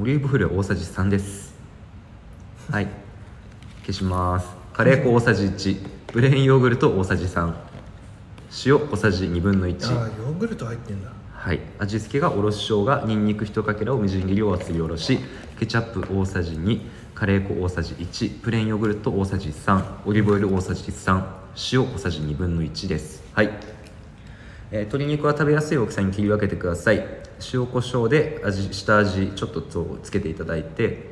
Speaker 1: オリーブオイルは大さじ3ですはい消しますカレー粉大さじ1プレーンヨーグルト大さじ3塩小さじ1分の
Speaker 2: あー
Speaker 1: 1
Speaker 2: ヨーグルト入ってんだ
Speaker 1: はい味付けがおろし生姜にんにく1かけらをみじん切りを厚切りおろしケチャップ大さじ2カレー粉大さじ1プレーンヨーグルト大さじ3オリーブオイル大さじ3塩小さじ1分の1ですはいえー鶏肉は食べやすい大きさに切り分けてください塩コショウで味下味ちょっとそうつけていただいて、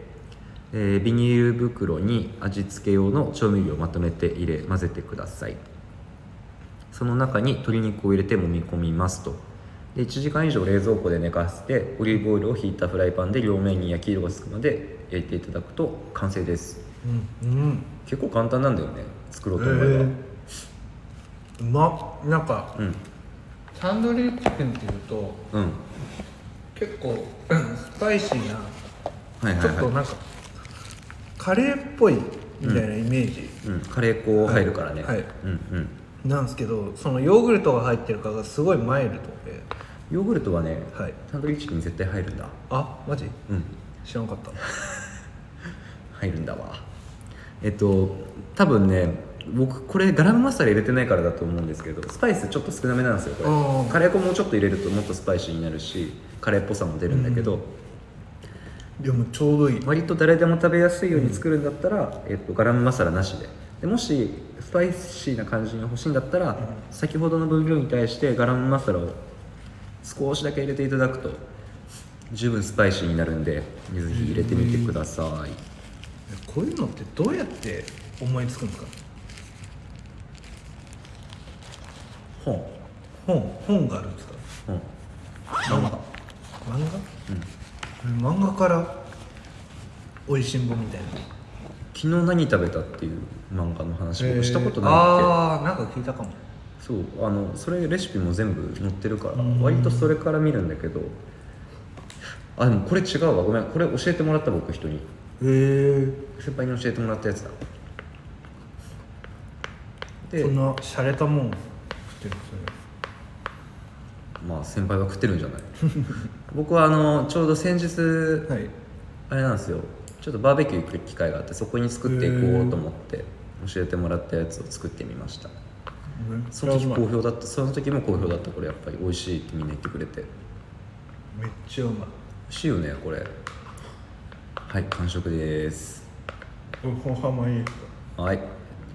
Speaker 1: えービニール袋に味付け用の調味料をまとめて入れ混ぜてくださいその中に鶏肉を入れて揉み込みますとで1時間以上冷蔵庫で寝かせてオリーブオイルを引いたフライパンで両面に焼き色がつくまで焼いていただくと完成です
Speaker 2: うんうん
Speaker 1: 結構簡単なんだよね作ろうと思えば、
Speaker 2: えー、うまっなんか
Speaker 1: うん
Speaker 2: タンドリーチキンっていうと
Speaker 1: うん
Speaker 2: 結構スパイシーな、
Speaker 1: はい
Speaker 2: ち
Speaker 1: はい
Speaker 2: ょ
Speaker 1: は
Speaker 2: っ
Speaker 1: い
Speaker 2: となんかカレーっぽいみたいなイメージ
Speaker 1: うん、カレー粉入るからね、
Speaker 2: はいはい
Speaker 1: うんうん、
Speaker 2: なんですけど、そのヨーグルトが入ってるからすごいマイルドで
Speaker 1: ヨーグルトはね、
Speaker 2: はい
Speaker 1: タンドリーチキンに絶対入るんだ
Speaker 2: あマジ
Speaker 1: うん
Speaker 2: 知らんかった
Speaker 1: 入るんだわえっと多分ね僕これガラムマサラ入れてないからだと思うんですけどスパイスちょっと少なめなんですよこ
Speaker 2: あ
Speaker 1: れ
Speaker 2: ー
Speaker 1: カレー粉もうちょっと入れるともっとスパイシーになるしカレーっぽさも出るんだけど、
Speaker 2: でもちょうどいい
Speaker 1: 割と誰でも食べやすいように作るんだったら、えっと、ガラムマサラなしででもしスパイシーな感じが欲しいんだったら、先ほどの分量に対してガラムマサラを少しだけ入れていただくと十分スパイシーになるんでぜひ入れてみてください
Speaker 2: こういうのってどうやって思いつくんですか
Speaker 1: 本
Speaker 2: 本本があるんですか
Speaker 1: 本
Speaker 2: 漫画漫画、うん、漫画から「おいしんぼ」みたいな
Speaker 1: 昨日何食べたっていう漫画の話僕したこと
Speaker 2: え
Speaker 1: ないって
Speaker 2: ーああなんか聞いたかも
Speaker 1: そうあのそれレシピも全部載ってるから
Speaker 2: うん
Speaker 1: 割とそれから見るんだけどあでもこれ違うわごめんこれ教えてもらった僕人に
Speaker 2: へえ
Speaker 1: 先輩に教えてもらったやつだで
Speaker 2: そんな洒落たもん食ってる
Speaker 1: まあ先輩は食ってるんじゃない 僕はあのちょうど先日、
Speaker 2: それはい
Speaker 1: あれなんですよちょっとバーベキュー行く機会があってそこに作っていこうと思って教えてもらったやつを作ってみましたその時好評だったその時も好評だったこれやっぱり美味しいってみんな言ってくれて美
Speaker 2: めっちゃうまい
Speaker 1: 味しいよねこれはい完食です
Speaker 2: これ本浜いいですか
Speaker 1: はい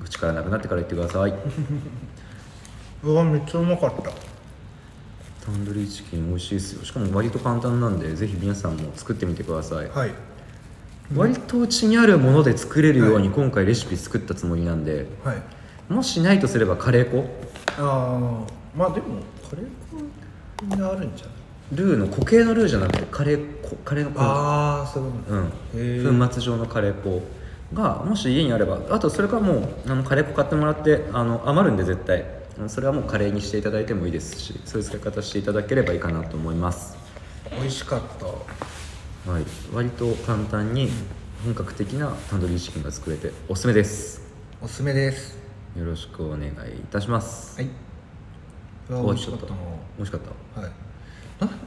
Speaker 1: 口からなくなってから言ってくだ さい
Speaker 2: うわめっちゃうまかった
Speaker 1: タンドリーチキン美味しいですよしかも割と簡単なんでぜひ皆さんも作ってみてください
Speaker 2: はい
Speaker 1: 割とうちにあるもので作れるように今回レシピ作ったつもりなんで
Speaker 2: はい
Speaker 1: もしないとすればカレー粉
Speaker 2: ああまあでもカレー粉みんなあるんじゃない
Speaker 1: ルーの固形のルーじゃなくてカレー粉カレーの粉
Speaker 2: ああそういうことねへ
Speaker 1: う
Speaker 2: ー
Speaker 1: ん、粉末状のカレー粉がもし家にあればあとそれからもうあのカレー粉買ってもらってあの余るんで絶対うんそれはもうカレーにしていただいてもいいですしそういう使い方していただければいいかなと思います、
Speaker 2: 美味しかった
Speaker 1: はい、割と簡単に本格的なタンドリーチキンが作れておすすめです
Speaker 2: おすすめです
Speaker 1: よろしくお願いいたします、
Speaker 2: はい美
Speaker 1: 終わ
Speaker 2: 味
Speaker 1: っ
Speaker 2: し
Speaker 1: ちゃ
Speaker 2: か
Speaker 1: っ
Speaker 2: ったたな
Speaker 1: 美味しかった
Speaker 2: はい。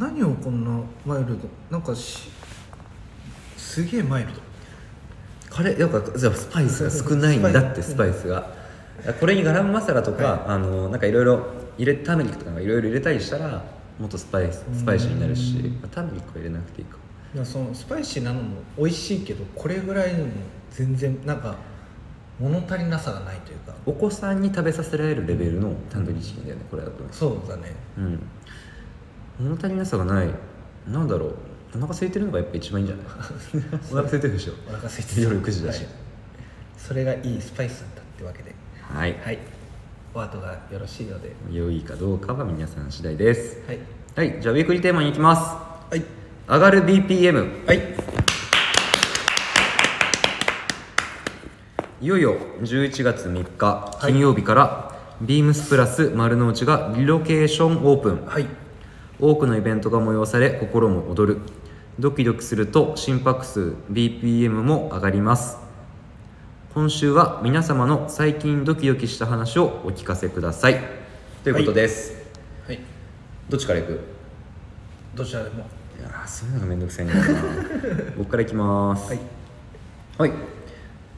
Speaker 2: な何をこんなマイルドなんかしすげえマイル
Speaker 1: カレーやっぱじゃあスパイスが少ないんだってスパイスがこれにガラムマサラとか、あのなんかいろいろ入れターメリックとかいろいろ入れたりしたらもっとスパイススパイシーになるしまあターメリックは入れなくていいか
Speaker 2: ドなそのスパイシーなのも美味しいけどこれぐらいのも全然なんか物足りなさがないというか
Speaker 1: お子さんに食べさせられるレベルのタンドリーチキンだよねこれだと
Speaker 2: そうだね
Speaker 1: うん物足りなさがないなんだろうお腹空いてるのがやっぱ一番いいんじゃ ないお腹空いてるでしょ
Speaker 2: お腹空いてる
Speaker 1: 夜9時だし
Speaker 2: はいそれがいいスパイスだったってわけで
Speaker 1: はい、
Speaker 2: はいお後がよろしいので
Speaker 1: 良いかどうかは皆さん次第です
Speaker 2: はい
Speaker 1: はいじゃあウィークリーテーマに行きます
Speaker 2: はい
Speaker 1: 上がる BPM
Speaker 2: はい
Speaker 1: いよいよ11月3日
Speaker 2: はい
Speaker 1: 金曜日から、ビームスプラス丸の内がリロケーションオープン
Speaker 2: はい
Speaker 1: 多くのイベントが催され心も躍るドキドキすると心拍数 BPM も上がります今週は皆様の最近ドキドキした話をお聞かせくださいということです、
Speaker 2: はい
Speaker 1: どっちからいく
Speaker 2: どちらでも
Speaker 1: いやーそういうのがめんどくさいんだよな 僕からいきます
Speaker 2: はい
Speaker 1: はい、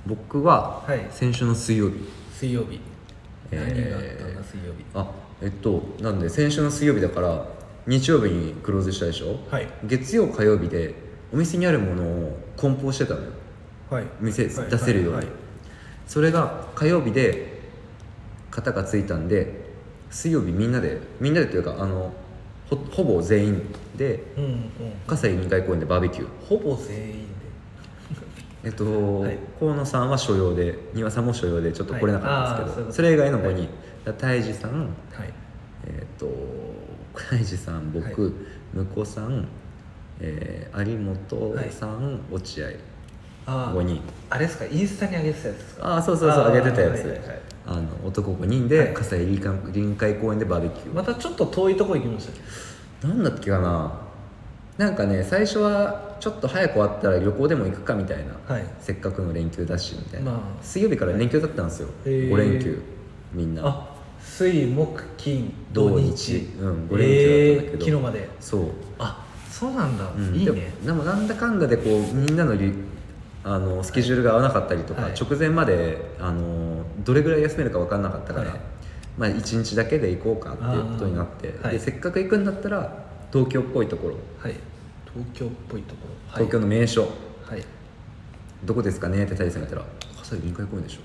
Speaker 1: 僕は
Speaker 2: はい
Speaker 1: 先週の水曜日、
Speaker 2: 水曜日、
Speaker 1: えー
Speaker 2: 何があったんだ水曜日
Speaker 1: あえっとなんで先週の水曜日だから日曜日にクローズしたでしょ、
Speaker 2: はい
Speaker 1: 月曜火曜日でお店にあるものを梱包してたのよ
Speaker 2: はい
Speaker 1: 店出せるように、
Speaker 2: はいはい
Speaker 1: それが火曜日で型がついたんで水曜日みんなでみんなでというかあのほほぼ全員で
Speaker 2: うんうん
Speaker 1: 葛西臨海公園でバーベキュー
Speaker 2: ほぼ全員で
Speaker 1: えっと、
Speaker 2: はい
Speaker 1: 河野さんは所用で庭さんも所用でちょっと来れなかったんですけど、
Speaker 2: はいあー
Speaker 1: それ以外の子に、だから泰治さん
Speaker 2: はい
Speaker 1: えっ、と倉石さん僕、
Speaker 2: はい
Speaker 1: 向こさん、えー有本さん、落合
Speaker 2: あー
Speaker 1: 5人
Speaker 2: あれですかインスタに上げてたやつですか
Speaker 1: ああそうそうそう
Speaker 2: あー
Speaker 1: あげてたやつ、
Speaker 2: はいはいはい
Speaker 1: あの男5人
Speaker 2: は
Speaker 1: で
Speaker 2: い
Speaker 1: 葛西臨海臨海公園でバーベキュー、
Speaker 2: またちょっと遠いとこ行きましたね
Speaker 1: なんだっけかななんかね最初はちょっと早く終わったら旅行でも行くかみたいな、
Speaker 2: はい
Speaker 1: せっかくの連休だしみたいな、
Speaker 2: まあ
Speaker 1: 水曜日から連休だったんですよ、
Speaker 2: へー
Speaker 1: 5連休みんな
Speaker 2: あ水木金土
Speaker 1: 土
Speaker 2: 日
Speaker 1: 日うん五連休だったんだけど
Speaker 2: えー昨日まで
Speaker 1: そう
Speaker 2: あそうなんだ、
Speaker 1: うん
Speaker 2: いい
Speaker 1: で
Speaker 2: ね
Speaker 1: もでもなんだかんだでこうみんなのりあのスケジュールが合わなかったりとか、
Speaker 2: はい
Speaker 1: 直前まであのどれぐらい休めるか分かんなかったから、
Speaker 2: はい
Speaker 1: まあ、1日だけで行こうかっていうことになって、
Speaker 2: あーはい
Speaker 1: でせっかく行くんだったら東京っぽいところ
Speaker 2: はい東京っぽいところ
Speaker 1: 東京の名所、
Speaker 2: はい、はい、
Speaker 1: どこですかねって大地さんが言ったら「葛西臨海公園でしょ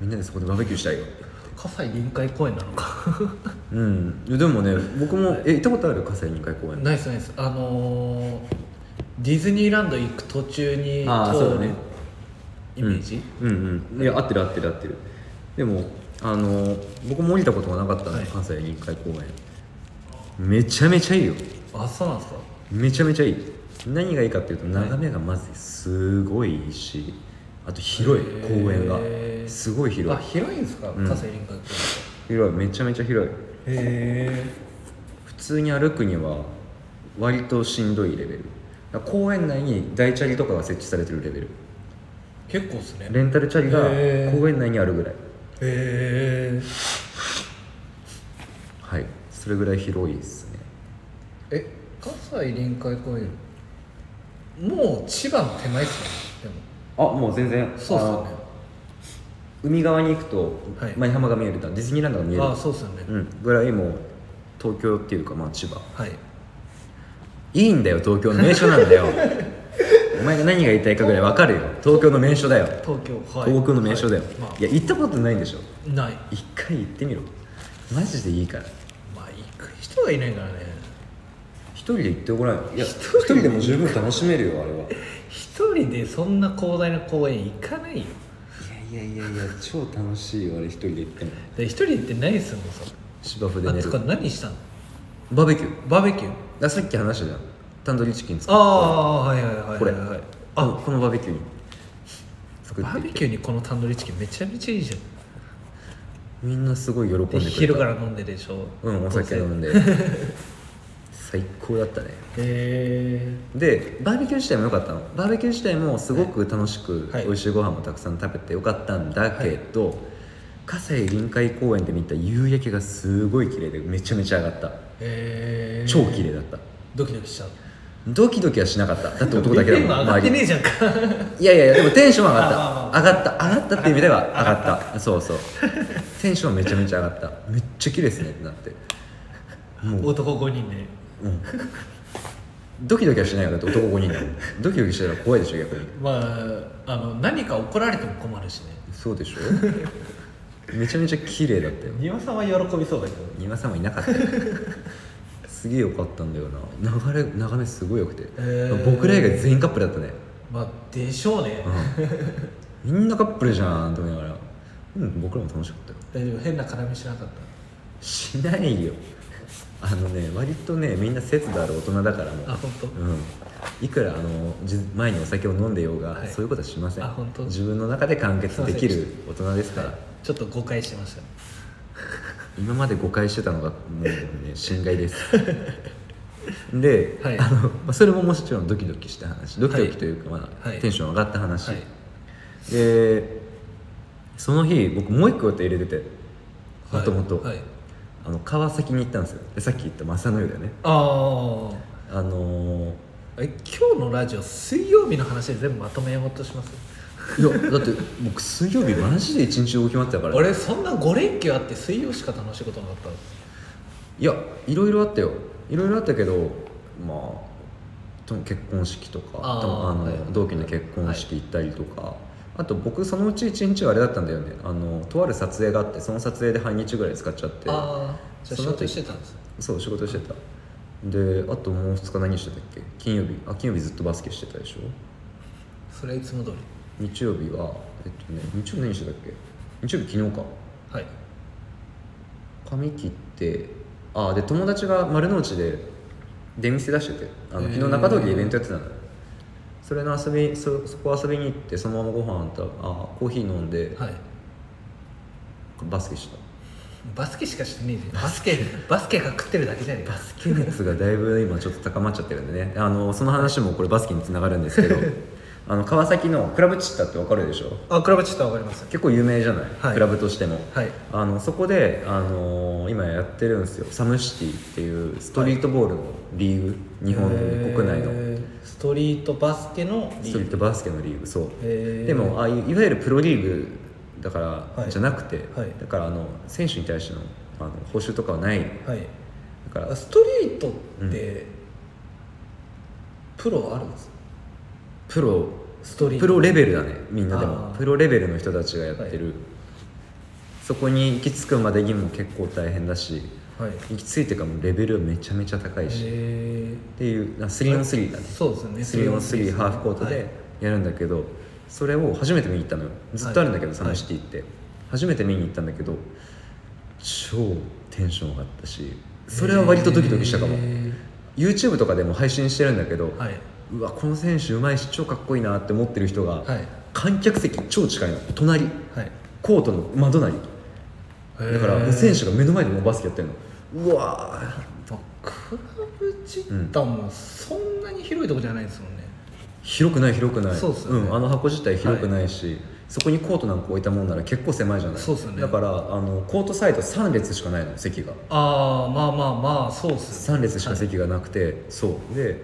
Speaker 1: みんなでそこでバーベキューしたいよ
Speaker 2: 葛西臨海公園なのか
Speaker 1: うんいやでもね僕もえ行ったことある葛西臨海公園
Speaker 2: ナイスナイスあのーディズニーランド行く途中に
Speaker 1: あーそうだね
Speaker 2: イメージ、
Speaker 1: うんうんいや合ってる合ってる合ってるでもあの僕も降りたことがなかったの、
Speaker 2: はい
Speaker 1: 関西臨海公園めちゃめちゃいいよ
Speaker 2: あそうなんですか
Speaker 1: めちゃめちゃいい何がいいかっていうと眺めがまずすごいいいしあと広い
Speaker 2: へー
Speaker 1: 公園がすごい広
Speaker 2: あ
Speaker 1: い
Speaker 2: 広いんですか
Speaker 1: うん
Speaker 2: 葛西臨海公園って
Speaker 1: 広いめちゃめちゃ広い
Speaker 2: へ
Speaker 1: 普通に歩くには割としんどいレベルだから公園内に大チャリとかが設置されてるレベル
Speaker 2: え結構ですね
Speaker 1: レンタルチャリが
Speaker 2: へー
Speaker 1: 公園内にあるぐらい
Speaker 2: へ
Speaker 1: はいそれぐらい広いですね
Speaker 2: ええ葛西臨海公園もう千葉の手前ですよね
Speaker 1: あもう全然
Speaker 2: でもそうっすよね
Speaker 1: あ海側に行くと、
Speaker 2: はい
Speaker 1: 舞浜が見えるとディズニーランドが見える
Speaker 2: ああそうっすよね、
Speaker 1: うん、ぐらいもう東京っていうかまあ千葉
Speaker 2: はい
Speaker 1: いいんだよ東京の名所なんだ よお前が何が言いたいかぐらい分かるよ東京の名所だよ
Speaker 2: 東京はい
Speaker 1: 東京の名所だよ、
Speaker 2: はい
Speaker 1: い
Speaker 2: まあ
Speaker 1: や行ったことないんでしょ
Speaker 2: ない
Speaker 1: 一回行ってみろマジでいいから
Speaker 2: まあ行く人はいないからね
Speaker 1: 一人で行ってごらんいや一人でも十分楽しめるよあれは
Speaker 2: 一人でそんな広大な公園行かないよ
Speaker 1: いやいやいやいや超楽しいよあれ一人で行っても
Speaker 2: で一人で行ってないっすもんさ
Speaker 1: 芝生で
Speaker 2: あ
Speaker 1: 寝
Speaker 2: と
Speaker 1: る
Speaker 2: か何したの
Speaker 1: バーベキュー
Speaker 2: バーベキュー
Speaker 1: あさっき話したじゃんタンドリーチキン作っ
Speaker 2: あ
Speaker 1: て
Speaker 2: あはいはいはいはいはい
Speaker 1: これ
Speaker 2: あ
Speaker 1: あこのバーベキューに作
Speaker 2: バ
Speaker 1: っ
Speaker 2: ー
Speaker 1: て
Speaker 2: ベキューにこのタンドリーチキンめちゃめちゃいいじゃん
Speaker 1: みんなすごい喜んでく
Speaker 2: で
Speaker 1: れた
Speaker 2: 昼から飲んででしょ
Speaker 1: うんお酒飲ん
Speaker 2: で
Speaker 1: で最高だったね
Speaker 2: へ
Speaker 1: でバーベキュー自体も良かったのバーベキュー自体もすごく楽しく、
Speaker 2: はい
Speaker 1: 美味しいご飯もたくさん食べてよかったんだけど、葛西臨海公園で見た夕焼けがすごい綺麗でめちゃめちゃ上がった
Speaker 2: えへえ
Speaker 1: 超綺麗だった、
Speaker 2: ドキドキしちゃう
Speaker 1: ドキドキはしなかっただって男だけ だもん
Speaker 2: 今上がってねえじゃんか
Speaker 1: いやいやいやでもテンション上がっ
Speaker 2: あま
Speaker 1: た
Speaker 2: あ
Speaker 1: 上がった上がったっていう意味では上がったそうそうテンションめちゃめちゃ上がっためっちゃ綺麗ですねってなって もう、
Speaker 2: 男5人で
Speaker 1: うん、ドキドキはしないよだって男5人だもんドキドキしたら怖いでしょ逆に
Speaker 2: まああの何か怒られても困るしね
Speaker 1: そうでしょめちゃめちゃ綺麗だったよ
Speaker 2: 庭さんは喜びそうだけど
Speaker 1: 丹羽さんはいなかったよすげえ良かったんだよな流れ眺めすごい良くて、
Speaker 2: へー
Speaker 1: 僕ら以外全員カップルだったね
Speaker 2: まあでしょうね、
Speaker 1: みんなカップルじゃんと思いながら、うん、僕らも楽しかったよ
Speaker 2: 大丈夫変な絡みしなかっ
Speaker 1: しないよあのね割とねみんな節度ある大人だからもう
Speaker 2: たあ本当、
Speaker 1: うん、いくらあのじ前にお酒を飲んでようが、
Speaker 2: はい
Speaker 1: そういうことはしません
Speaker 2: あ本当
Speaker 1: 自分の中で完結でき
Speaker 2: すい
Speaker 1: る
Speaker 2: ま
Speaker 1: 大人ですから、
Speaker 2: ちょっと誤解してました
Speaker 1: 今まで誤解してたのがもうね 侵害ですで、
Speaker 2: はい
Speaker 1: あのまあそれももちろんドキドキした話ドキドキというか、まあ
Speaker 2: はい
Speaker 1: テンション上がった話、
Speaker 2: はい
Speaker 1: でその日僕もう一個予定入れててもともと
Speaker 2: はいはい
Speaker 1: あの川崎に行ったんですよでさっき言った正野湯だよね
Speaker 2: ああ
Speaker 1: あのー、
Speaker 2: え今日のラジオ水曜日の話で全部まとめようとします
Speaker 1: いやだって僕水曜日マジで一日動き回ってたから
Speaker 2: 俺そんな5連休あって水曜しか楽しいことなかった
Speaker 1: いやいろいろあったよいろいろあったけどまあと結婚式とか
Speaker 2: あー
Speaker 1: とあの、
Speaker 2: はい
Speaker 1: 同期の結婚式行ったりとか、あと僕そのうち一日はあれだったんだよねあのとある撮影があってその撮影で半日ぐらい使っちゃって
Speaker 2: ああじゃ
Speaker 1: そ
Speaker 2: あ仕
Speaker 1: の
Speaker 2: 事
Speaker 1: 後
Speaker 2: してたんです
Speaker 1: そう仕事してたであともう2日何してたっけ金曜日あ金曜日ずっとバスケしてたでしょ
Speaker 2: それはいつも通り
Speaker 1: 日曜日はえっとね日曜日何してたっけ日曜日昨日か
Speaker 2: はい
Speaker 1: 髪切ってあで友達が丸の内で出店出しててあの
Speaker 2: へー
Speaker 1: 昨日中通りでイベントやってたのよそれの遊びそそこ遊びに行ってそのままご飯食べあコーヒー飲んで、
Speaker 2: はい
Speaker 1: バスケした
Speaker 2: バスケしかしてねえじゃんバスケバスケが食ってるだけじゃねえか
Speaker 1: バスケ熱がだいぶ今ちょっと高まっちゃってるんでねあのその話もこれバスケにつながるんです けどあの川崎のクラブチッタってわかるでしょ
Speaker 2: あクラブチッタわかります
Speaker 1: 結構有名じゃない、
Speaker 2: はい
Speaker 1: クラブとしても
Speaker 2: はい
Speaker 1: あのそこで、あのー今やってるんですよサムシティっていうストリートボールのリーグ、日本国内の
Speaker 2: へーストリートバスケの
Speaker 1: ストリートバスケのリーグそう、
Speaker 2: へー
Speaker 1: でもああいういわゆるプロリーグだから、
Speaker 2: はい
Speaker 1: じゃなくて、
Speaker 2: はい
Speaker 1: だからあの選手に対してのあの報酬とかはないだ
Speaker 2: はい
Speaker 1: から
Speaker 2: あストリートって、プロあるんです
Speaker 1: プロ
Speaker 2: ストリート
Speaker 1: プロレベルだねみんなで
Speaker 2: あ
Speaker 1: も
Speaker 2: ー
Speaker 1: プロレベルの人たちがやってる、そこに行き着くまでにも結構大変だし
Speaker 2: はい
Speaker 1: 行き着いてからもレベルめちゃめちゃ高いし、っ
Speaker 2: え
Speaker 1: ていうあ 3on3 だね
Speaker 2: そうですよね
Speaker 1: 3on3 ハーフコート
Speaker 2: はい
Speaker 1: でやるんだけど、それを初めて見に行ったのよずっとあるんだけど、
Speaker 2: はい
Speaker 1: サムシティって、初めて見に行ったんだけど超テンション上がったしそれは割とドキドキしたかも、
Speaker 2: へー
Speaker 1: YouTube とかでも配信してるんだけど、
Speaker 2: はいう
Speaker 1: わこの選手うまいし超かっこいいなって思ってる人が、
Speaker 2: はい
Speaker 1: 観客席超近いの隣
Speaker 2: はい
Speaker 1: コートの真隣だからもう選手が目の前でもうバスケやってるのうわー
Speaker 2: まあクラブ自体もそんなに広いとこじゃないですもんね、
Speaker 1: 広くない広くない
Speaker 2: そうっすよね
Speaker 1: ん、あの箱自体広くないし、そこにコートなんか置いたもんなら結構狭いじゃない
Speaker 2: そうっすよね
Speaker 1: だからあのコートサイド3列しかないの席が
Speaker 2: ああまあまあまあそうっすよ
Speaker 1: 3
Speaker 2: ね
Speaker 1: 列しか席がなくて、そうで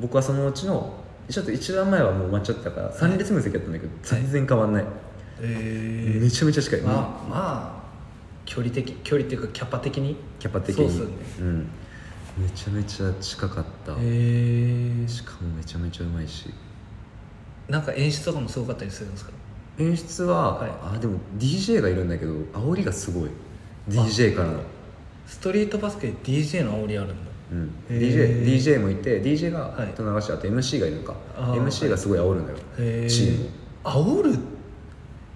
Speaker 1: 僕はそのうちのちょっと一段前はもう埋まっちゃったから3列目の席だったんだけど全然変わんない、
Speaker 2: え
Speaker 1: めちゃめちゃ近い、
Speaker 2: ー、まあまあ距離的距離っていうかキャパ的に
Speaker 1: キャパ的
Speaker 2: そう
Speaker 1: に
Speaker 2: っすよね
Speaker 1: うん、めちゃめちゃ近かった、
Speaker 2: え
Speaker 1: しかもめちゃめちゃうまいし
Speaker 2: ー、なんか演出とかもすごかったりするんですか
Speaker 1: 演出は、
Speaker 2: は
Speaker 1: あでも DJ がいるんだけど煽りがすごい DJ からの、
Speaker 2: ストリートバスケで DJ の煽りあるんだ
Speaker 1: うん、
Speaker 2: へー
Speaker 1: DJ, DJ もいて DJ が
Speaker 2: はい
Speaker 1: と流しあと MC がいるのか
Speaker 2: あー
Speaker 1: MC がすごい煽るんだよ、
Speaker 2: へ
Speaker 1: チーム
Speaker 2: え
Speaker 1: を
Speaker 2: 煽る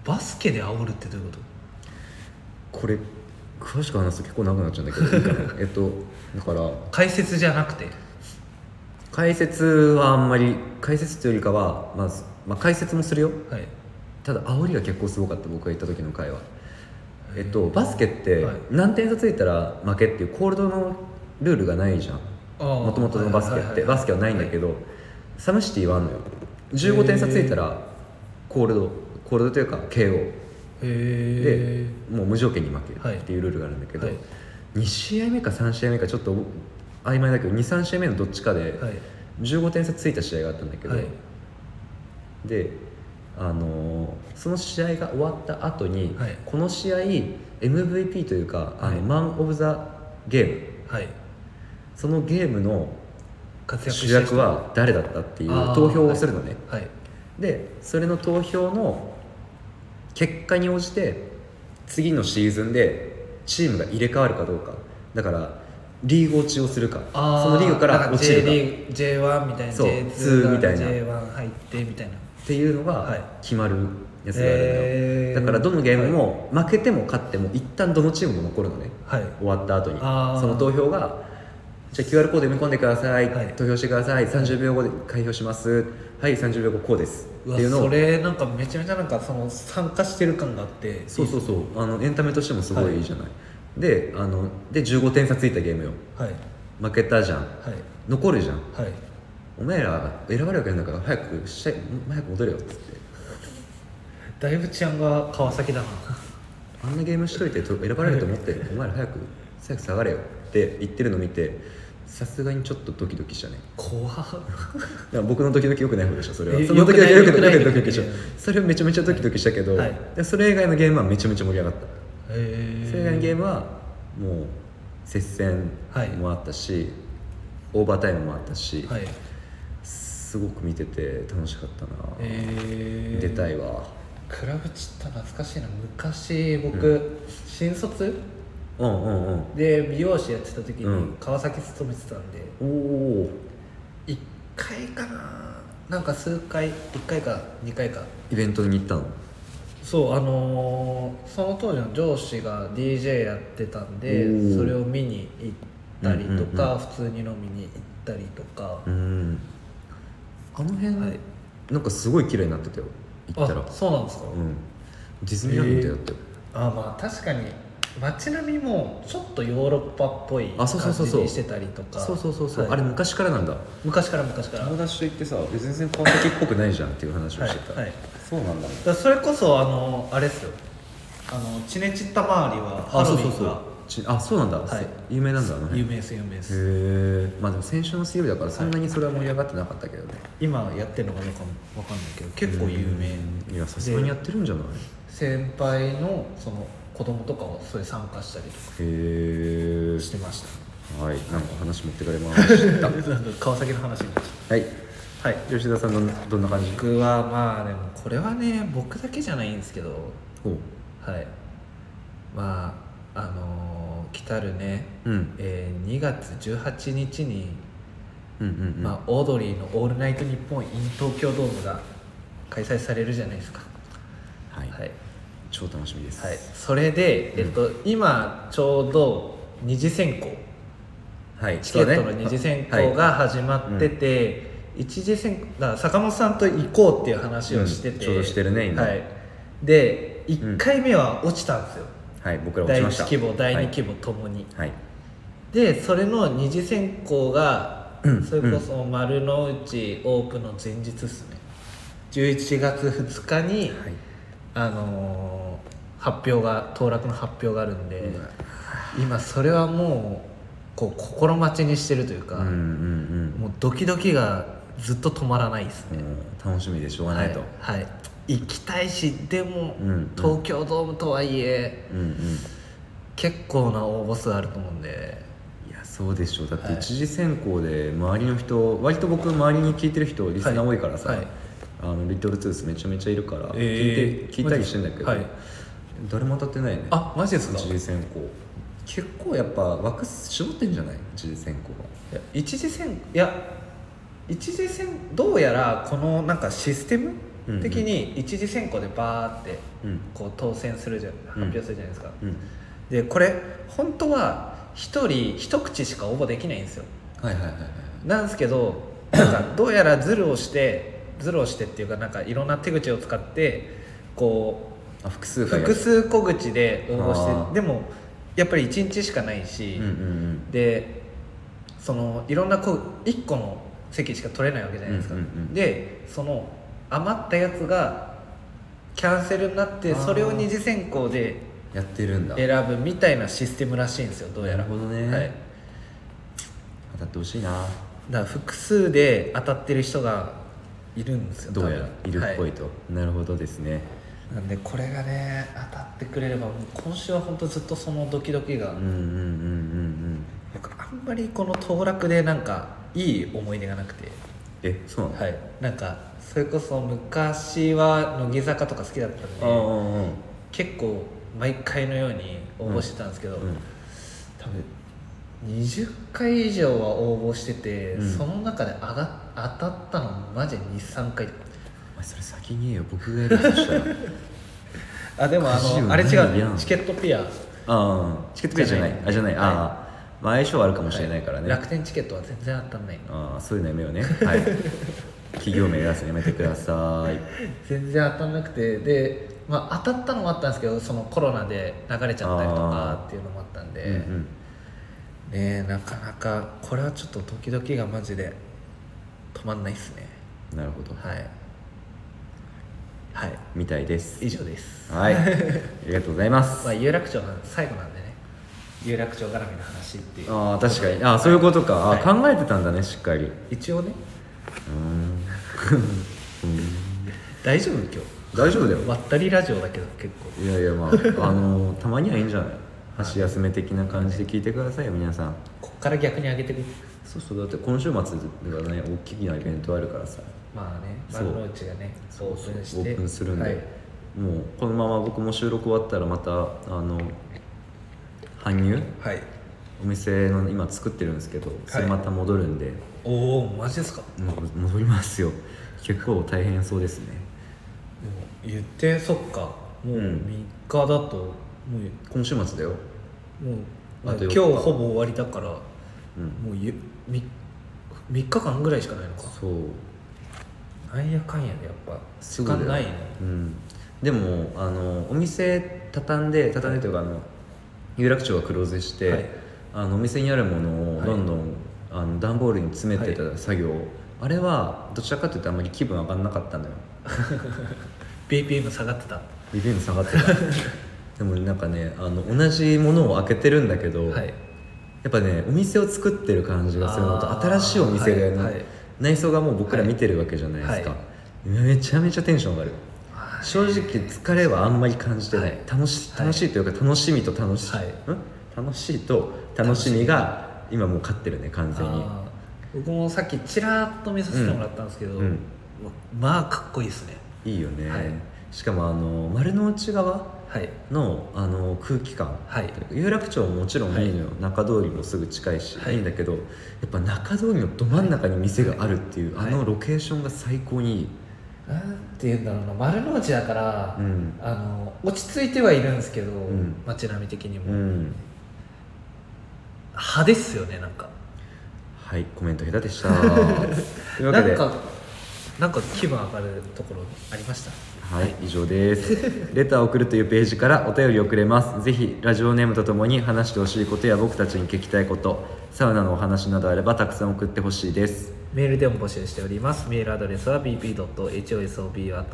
Speaker 2: バスケで煽るってどういうこ
Speaker 1: これ詳しく話すと結構長くなっちゃうんだけどいいか なえっとだから
Speaker 2: と解説じゃなくて
Speaker 1: 解説はあんまり解説というよりかは、まあ、まあ解説もするよ
Speaker 2: はい
Speaker 1: ただ煽りが結構すごかった僕が行った時の回は
Speaker 2: へー
Speaker 1: えっとバスケって
Speaker 2: はい
Speaker 1: 何点差ついたら負けっていうコールドのルールがないじゃんも
Speaker 2: も
Speaker 1: ともとのバスケってバスケはないんだけど、サムシティはあんのよ15点差ついたらコールドコールドというか KO で
Speaker 2: へ
Speaker 1: もう無条件に負ける
Speaker 2: はい
Speaker 1: っていうルールがあるんだけど、
Speaker 2: はい
Speaker 1: 2試合目か3試合目かちょっと曖昧だけど23試合目のどっちかで
Speaker 2: えはい
Speaker 1: 15点差ついた試合があったんだけど、
Speaker 2: はい
Speaker 1: で、あのーその試合が終わった後に、
Speaker 2: はい
Speaker 1: この試合 MVP というかあの、
Speaker 2: はい
Speaker 1: マン・オブ・ザ・ゲーム
Speaker 2: はい
Speaker 1: そのゲームの
Speaker 2: 活躍
Speaker 1: 主
Speaker 2: してる人
Speaker 1: 役は誰だったっていう
Speaker 2: あー
Speaker 1: 投票をするのね、
Speaker 2: はい
Speaker 1: でそれの投票の結果に応じて次のシーズンでチームが入れ替わるかどうかだからリーグ落ちをするかそ
Speaker 2: あー
Speaker 1: のリーグから
Speaker 2: なん
Speaker 1: 落ちる
Speaker 2: J リ
Speaker 1: か
Speaker 2: ーグ J1 みたいな
Speaker 1: そう
Speaker 2: J2
Speaker 1: みたいな
Speaker 2: J1 入ってみたいな
Speaker 1: っていうの
Speaker 2: はい
Speaker 1: が決まるやつがあるのよ、
Speaker 2: え
Speaker 1: だからどのゲームも負けても勝っても一旦どのチームも残るのね
Speaker 2: はいはい
Speaker 1: 終わった後に
Speaker 2: あー
Speaker 1: その投票がじゃあ QR コード読み込んでください、
Speaker 2: はい
Speaker 1: 投票してください30秒後で開票しますはい30秒後こうです
Speaker 2: う
Speaker 1: っ
Speaker 2: わ
Speaker 1: ていうのを
Speaker 2: それなんかめちゃめちゃなんかその参加してる感があって
Speaker 1: そうそうそうあのエンタメとしてもすご
Speaker 2: はい
Speaker 1: いいいじゃない、であので15点差ついたゲームよ
Speaker 2: はいはい
Speaker 1: 負けたじゃん残るじゃん
Speaker 2: はい
Speaker 1: お前ら選ばれるわけないんだから早く試合早く戻れよっつって
Speaker 2: だいぶ治安が川崎だな
Speaker 1: あんなゲームしといてと選ばれると思ってるお前ら早く早く下がれよって言ってるの見てさすがにちょっとドキドキしたね
Speaker 2: 怖っ
Speaker 1: だから僕のドキドキよくない方でしょそれは
Speaker 2: え
Speaker 1: そのドキドキ
Speaker 2: 良
Speaker 1: よ
Speaker 2: く
Speaker 1: く
Speaker 2: な
Speaker 1: ないいドキドキでしょ
Speaker 2: 良くない
Speaker 1: それはめちゃめちゃドキドキしたけど、
Speaker 2: はい
Speaker 1: でそれ以外のゲームはめちゃめちゃ盛り上がった
Speaker 2: へ
Speaker 1: それ以外の
Speaker 2: え
Speaker 1: ゲームはもう接戦もあったし、オーバータイムもあったし、
Speaker 2: はい
Speaker 1: すごく見てて楽しかったな、
Speaker 2: え
Speaker 1: 出たいわ
Speaker 2: クラブチった懐かしいな昔僕、
Speaker 1: う
Speaker 2: 新卒
Speaker 1: うんうんうん
Speaker 2: で美容師やってた時
Speaker 1: う
Speaker 2: に
Speaker 1: ん
Speaker 2: 川崎勤めてたんで、
Speaker 1: おお
Speaker 2: 1回かななんか数回1回か2回か
Speaker 1: イベントに行ったの
Speaker 2: そうあのーその当時の上司が DJ やってたんで
Speaker 1: おー
Speaker 2: それを見に行ったりと
Speaker 1: うんうん
Speaker 2: か、普通に飲みに行ったりとか、
Speaker 1: うんあの辺、
Speaker 2: はい
Speaker 1: なんかすごい綺麗になってたよ行ったら
Speaker 2: あそうなんですか、
Speaker 1: うんディズニーランドみたいだったよ、
Speaker 2: あまあ確かに街並みもちょっとヨーロッパっぽい
Speaker 1: あ
Speaker 2: 感じ
Speaker 1: そうそうそうそう
Speaker 2: にしてたりとか
Speaker 1: そうそうそうそう、
Speaker 2: はい
Speaker 1: あれ昔からなんだ
Speaker 2: 昔から昔から
Speaker 1: 友達と行ってさ全然川崎っぽくないじゃんっていう話を
Speaker 2: はい
Speaker 1: してた、
Speaker 2: はい、だ
Speaker 1: そうなんだ
Speaker 2: からそれこそあのあれですよあのチネチッタ周りはハ
Speaker 1: あ
Speaker 2: ロ
Speaker 1: そ
Speaker 2: ウ
Speaker 1: うそう
Speaker 2: ィン
Speaker 1: そう
Speaker 2: が
Speaker 1: ちあそうなんだ、
Speaker 2: はい
Speaker 1: 有名なんだあの辺
Speaker 2: 有名です有名で
Speaker 1: へ
Speaker 2: す、
Speaker 1: えまあでも先週の水曜日だからそんなにそれは盛り上がってなかったけどね、
Speaker 2: 今やってるのかどうかもわかんないけど結構有名
Speaker 1: いやさすがにやってるんじゃない
Speaker 2: 先輩のその子供とかはそれ参加したりと
Speaker 1: へえ
Speaker 2: かしてまし た
Speaker 1: はいなんか話持ってかれました
Speaker 2: なんか川崎の話になっちゃ
Speaker 1: は
Speaker 2: っ
Speaker 1: い
Speaker 2: はい
Speaker 1: 吉田さんのどんな感じ
Speaker 2: 僕はまあでもこれはね僕だけじゃないんですけど
Speaker 1: おう
Speaker 2: はいまああのー来たるね、
Speaker 1: うん
Speaker 2: えー2月18日に、
Speaker 1: うんうんうん、
Speaker 2: まあ、オードリーの「オールナイトニッポン in 東京ドーム」が開催されるじゃないですか
Speaker 1: はい、
Speaker 2: はい、
Speaker 1: 超楽しみです、
Speaker 2: はい、それで、えっと今ちょうど二次選考
Speaker 1: はい
Speaker 2: チケットの二次選考が始まってて、一次選考だから坂本さんと行こうっていう話をして
Speaker 1: う
Speaker 2: て、
Speaker 1: んちょうどしてるね今
Speaker 2: はい、で1回目は落ちたんですよ、
Speaker 1: はい、僕ら落
Speaker 2: 第
Speaker 1: ちま
Speaker 2: 1
Speaker 1: した
Speaker 2: 規模第2規
Speaker 1: 模
Speaker 2: 模ともに、
Speaker 1: はい、はい
Speaker 2: でそれの二次選考が、
Speaker 1: うん
Speaker 2: それこそ丸の内オープンの前日ですね11月2日に、
Speaker 1: はい
Speaker 2: あのー発表が当落の発表があるんで、今それはもうこう心待ちにしてるというか、
Speaker 1: うんうん
Speaker 2: もうドキドキがずっと止まらないです
Speaker 1: うん
Speaker 2: ね、
Speaker 1: もう楽しみでしょうがないと、
Speaker 2: はい、はい行きたいしでも、
Speaker 1: うんうん
Speaker 2: 東京ドームとはいえ
Speaker 1: うんうん
Speaker 2: 結構な応募数あると思うんで
Speaker 1: いやそうでしょうだって
Speaker 2: はい
Speaker 1: 一次選考で周りの人割と僕周りに聞いてる人リスナー多いからさ、
Speaker 2: はいはい
Speaker 1: あのリトルトゥースめちゃめちゃいるから、
Speaker 2: え
Speaker 1: 聞い
Speaker 2: ー
Speaker 1: て聞いたりしてんだけど、
Speaker 2: はい
Speaker 1: 誰も当たってないね
Speaker 2: あマジですか
Speaker 1: 一次選考結構やっぱ枠絞ってんじゃない一次選考は
Speaker 2: 一次選いや一次選どうやらこのなんかシステム
Speaker 1: うんうん
Speaker 2: 的に一次選考でバーって
Speaker 1: うん
Speaker 2: こう当選するじゃ発表するじゃないですか、
Speaker 1: うん
Speaker 2: でこれ本当は1人一口しか応募できないんですよ
Speaker 1: はいはいはいはい
Speaker 2: なんですけど なんかどうやらズルをしてズルをしてっていうかなんかいろんな手口を使ってこ
Speaker 1: あ複
Speaker 2: う
Speaker 1: 数回や
Speaker 2: 複数小口で応募
Speaker 1: あ
Speaker 2: し
Speaker 1: ー
Speaker 2: てでもやっぱり1日しかないし、
Speaker 1: うんうん
Speaker 2: でそのいろんな1個の席しか取れないわけじゃないですか、
Speaker 1: うんうんうん
Speaker 2: でその余ったやつがキャンセルになって
Speaker 1: あー
Speaker 2: それを二次選考で
Speaker 1: うんやってるんだ
Speaker 2: 選ぶみたいなシステムらしいんですよどうやら
Speaker 1: なるほどね
Speaker 2: はい、
Speaker 1: 当たってほしいな
Speaker 2: だから複数で当たってる人がいるんですよ
Speaker 1: どうやら
Speaker 2: 多
Speaker 1: い
Speaker 2: 分
Speaker 1: るっぽい
Speaker 2: は
Speaker 1: と、なるほどですね
Speaker 2: なんでこれがね当たってくれればもう今週は本当ずっとそのドキドキが、
Speaker 1: うんうんうんうんうん
Speaker 2: 僕あんまりこの当落でなんかいい思い出がなくて
Speaker 1: えそうなの、
Speaker 2: はいなんかそれこそ昔は乃木坂とか好きだったん
Speaker 1: あああ
Speaker 2: で
Speaker 1: あああ
Speaker 2: 結構毎回のように応募してたんですけど、
Speaker 1: うん
Speaker 2: 多分20回以上は応募してて、
Speaker 1: うん
Speaker 2: その中で上が当たったのマジ23回とか
Speaker 1: お前それ先に言えよ僕がやると したら
Speaker 2: あでもあ
Speaker 1: 80
Speaker 2: のあれ違
Speaker 1: ないや
Speaker 2: うんねチケットピア
Speaker 1: ああチケットペアじゃないあじゃない、
Speaker 2: はい
Speaker 1: ああまあ相性はあるかもしれないからね、
Speaker 2: 楽天チケットは全然当たんないの
Speaker 1: ああそういうのやめようねはい企業名出すのやめてください
Speaker 2: 全然当たんなくてで、まあ、当たったのもあったんですけどそのコロナで流れちゃったりと
Speaker 1: あ
Speaker 2: か
Speaker 1: ー
Speaker 2: っていうのもあったんで、
Speaker 1: うんうん
Speaker 2: ねえなかなかこれはちょっと時々がマジで止まんないっすね
Speaker 1: なるほど、
Speaker 2: はいはい
Speaker 1: みたいです
Speaker 2: 以上です
Speaker 1: はいありがとうございます
Speaker 2: まあ有楽町なん最後なんでね有楽町絡みの話っていう
Speaker 1: ああ確かにああそういうことか、ああ
Speaker 2: はい
Speaker 1: 考えてたんだねしっかりう
Speaker 2: 一応ね
Speaker 1: ーん
Speaker 2: 大丈夫今
Speaker 1: 大丈夫だよ
Speaker 2: 日まったりラジオだけど結構
Speaker 1: いやいやまああ のたまにはいいんじゃない箸休め的な感じで聞いてくださいよ皆さん
Speaker 2: こっから逆に上げてく
Speaker 1: そうそうだって今週末がね大きなイベントあるからさ
Speaker 2: まあね
Speaker 1: そう
Speaker 2: 丸の内がねオープンして
Speaker 1: オープンするんで、
Speaker 2: はい
Speaker 1: もうこのまま僕も収録終わったらまたあの搬入
Speaker 2: はい
Speaker 1: お店の今作ってるんですけどそれまた戻るんで、
Speaker 2: おおマジですか
Speaker 1: もう戻りますよ結構大変そうですね
Speaker 2: でも言ってそっかもう
Speaker 1: うん
Speaker 2: 3日だと、もう
Speaker 1: 今週末だよ
Speaker 2: もう
Speaker 1: あ
Speaker 2: 今
Speaker 1: と
Speaker 2: 日
Speaker 1: 4日
Speaker 2: ほぼ終わりだから、
Speaker 1: うん
Speaker 2: もうゆみ3日間ぐらいしかないのか
Speaker 1: そう
Speaker 2: なんやかんやでやっぱ
Speaker 1: す
Speaker 2: 時
Speaker 1: ぐだよ
Speaker 2: 間ないね
Speaker 1: うん、でもあのお店畳んで畳んでというかあの有楽町がクローズして、
Speaker 2: はい
Speaker 1: あのお店にあるものを
Speaker 2: はい
Speaker 1: どんどん、あの段ボールに詰めてた作業、あれはどちらかというとあんまり気分上がんなかったのよ
Speaker 2: BPM 下がってた
Speaker 1: リベンジ下がって たでもなんかねあの同じものを開けてるんだけど、
Speaker 2: はい
Speaker 1: やっぱねお店を作ってる感じがするのと
Speaker 2: あー
Speaker 1: 新しいお店で、
Speaker 2: はいはい
Speaker 1: 内装がもう僕ら見てるわけじゃないですか、
Speaker 2: は
Speaker 1: めちゃめちゃテンション上がる
Speaker 2: はい
Speaker 1: 正直疲れはあんまり感じてない、
Speaker 2: はい
Speaker 1: 楽し
Speaker 2: はい
Speaker 1: 楽しいというか楽しみと楽し、
Speaker 2: はい
Speaker 1: ん楽しいと楽しみが今もう勝ってるね完全に
Speaker 2: あ僕もさっきちらっと見させてもらったんですけ
Speaker 1: う
Speaker 2: ど、
Speaker 1: んうん
Speaker 2: まあかっこいいですね
Speaker 1: いいよね、
Speaker 2: はい
Speaker 1: しかもあの丸の内側
Speaker 2: はい
Speaker 1: のあの空気感
Speaker 2: はい
Speaker 1: 有楽町ももちろんいいのよ、中通りもすぐ近いし、
Speaker 2: はい
Speaker 1: い、いんだけどやっぱ中通りのど真ん中に店があるっていう、
Speaker 2: はい
Speaker 1: あのロケーションが最高にいい、
Speaker 2: なんて言うんだろうな丸の内だから、
Speaker 1: うん
Speaker 2: あの落ち着いてはいるんですけど、
Speaker 1: ん
Speaker 2: 街並み的にも、
Speaker 1: うん
Speaker 2: 派ですよねなんか
Speaker 1: はいコメント下手で したというわけ
Speaker 2: なん
Speaker 1: で
Speaker 2: かなんか気分上がるところありました
Speaker 1: はい以上です レターを送るというページからお便りをくれますぜひラジオネームとともに話してほしいことや僕たちに聞きたいことサウナのお話などあればたくさん送ってほしいです
Speaker 2: メールでも募集しておりますメールアドレスは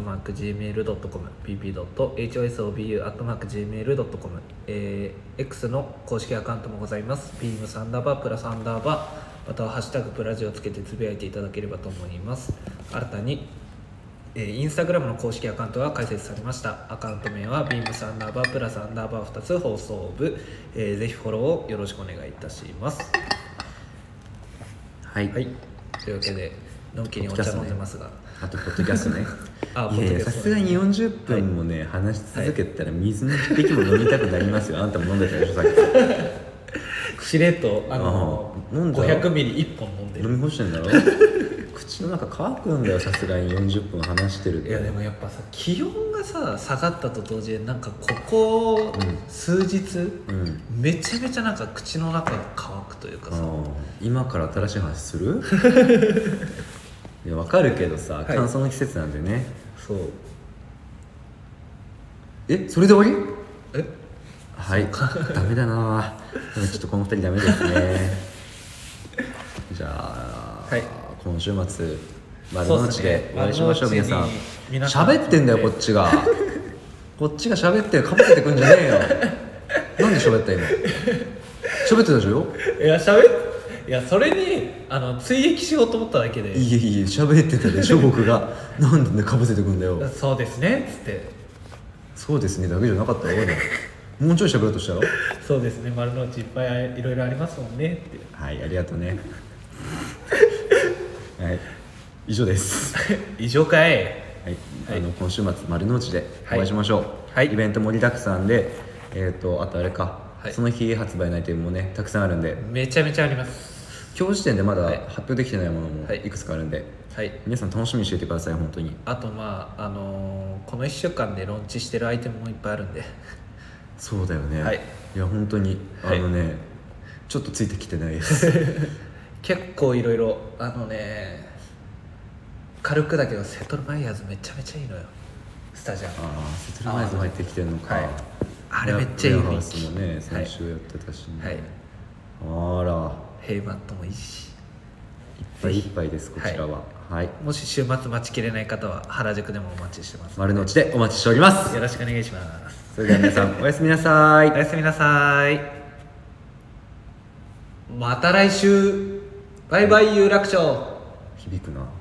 Speaker 2: bp.hosobu.gmail.com bp.hosobu.gmail.com、えー X の公式アカウントもございますビームサンダーバープラサンダーバーまたは「ハッシュタグプラジ」をつけてつぶやいていただければと思います新たにえーインスタグラムの公式アカウントが開設されましたアカウント名は beams アンダーバープラスアンダーバー2つ放送部、えーぜひフォローをよろしくお願いいたします
Speaker 1: はい、
Speaker 2: はい、というわけでのんきにお茶飲んでますが、
Speaker 1: あとポッドキャストね
Speaker 2: あ
Speaker 1: いやいや
Speaker 2: ポッドキャスト
Speaker 1: さすがに40分もね、話し続けてたら水の一滴も飲みたくなりますよ、あんたも飲んでたでしょさっ き
Speaker 2: しれっとあの
Speaker 1: あー飲んだ
Speaker 2: 500ミリ1本飲んで
Speaker 1: 飲
Speaker 2: る
Speaker 1: み干してんだろ 口の中乾くんだよさすがに40分話してると
Speaker 2: いやでもやっぱさ気温がさ下がったと同時になんかここ
Speaker 1: うん
Speaker 2: 数日、
Speaker 1: うん
Speaker 2: めちゃめちゃなんか口の中が乾くというか
Speaker 1: あ
Speaker 2: さ
Speaker 1: ー今から新しい話す るいやわかるけどさ
Speaker 2: い
Speaker 1: 乾燥の季節なんでね、
Speaker 2: そう
Speaker 1: えそれで終わり
Speaker 2: え
Speaker 1: はいダメだなでもちょっとこの二人ダメです ねじゃあ、
Speaker 2: はい
Speaker 1: 今週末丸の内でお会いしましょう
Speaker 2: そうっ
Speaker 1: 皆
Speaker 2: すね
Speaker 1: さん
Speaker 2: 丸の内に皆さん
Speaker 1: 喋ってんだよこっち がこっちが喋ってかぶせてくんじゃねえよなんで喋った今喋ってたでしょ
Speaker 2: いやしゃべいやそれにあの追撃しようと思っただけで
Speaker 1: いえいえ喋ってたでしょ僕がなんでねかぶせてくんだよ
Speaker 2: そうですねっつって
Speaker 1: そうですねだけじゃなかったよもうちょい喋るとしたら
Speaker 2: そうですね丸の内いっぱいいろいろありますもんねって
Speaker 1: はいありがとうねはい以上です
Speaker 2: 異常かい
Speaker 1: はい、
Speaker 2: はい
Speaker 1: あの今週末丸の内でお
Speaker 2: はい
Speaker 1: 会いしましょう、
Speaker 2: はい
Speaker 1: イベント盛りだくさんでえっ、とあとあれか、
Speaker 2: はい
Speaker 1: その日発売のアイテムもねたくさんあるんで
Speaker 2: めちゃめちゃあります
Speaker 1: 今日時点でまだ
Speaker 2: はい
Speaker 1: 発表できてないものも
Speaker 2: はい
Speaker 1: いくつかあるんで、
Speaker 2: はい
Speaker 1: 皆さん楽しみにしていてください本当に
Speaker 2: あとまああのーこの1週間でローンチしてるアイテムもいっぱいあるんで
Speaker 1: そうだよね、
Speaker 2: はい
Speaker 1: いや本当にあ
Speaker 2: はい
Speaker 1: のね、ちょっとついてきてないです
Speaker 2: 結構いろいろあのね軽くだけどセトルマイヤーズめちゃめちゃいいのよスタジアム
Speaker 1: ああセトルマイズも入ってきてるのか、
Speaker 2: はいあれめっちゃいい
Speaker 1: ラブハウス
Speaker 2: 雰囲
Speaker 1: もね
Speaker 2: はい
Speaker 1: 先週やってたしね、
Speaker 2: はい
Speaker 1: あら
Speaker 2: ヘイマットもいいし
Speaker 1: いっぱいいっぱいですこちらははい、
Speaker 2: もし週末待ちきれない方は原宿でもお待ちしてます
Speaker 1: 丸の内でお待ちしております
Speaker 2: よろしくお願いします
Speaker 1: それでは皆さんおやすみなさい
Speaker 2: おやすみなさいまた来週バイバイ有楽町
Speaker 1: 響くな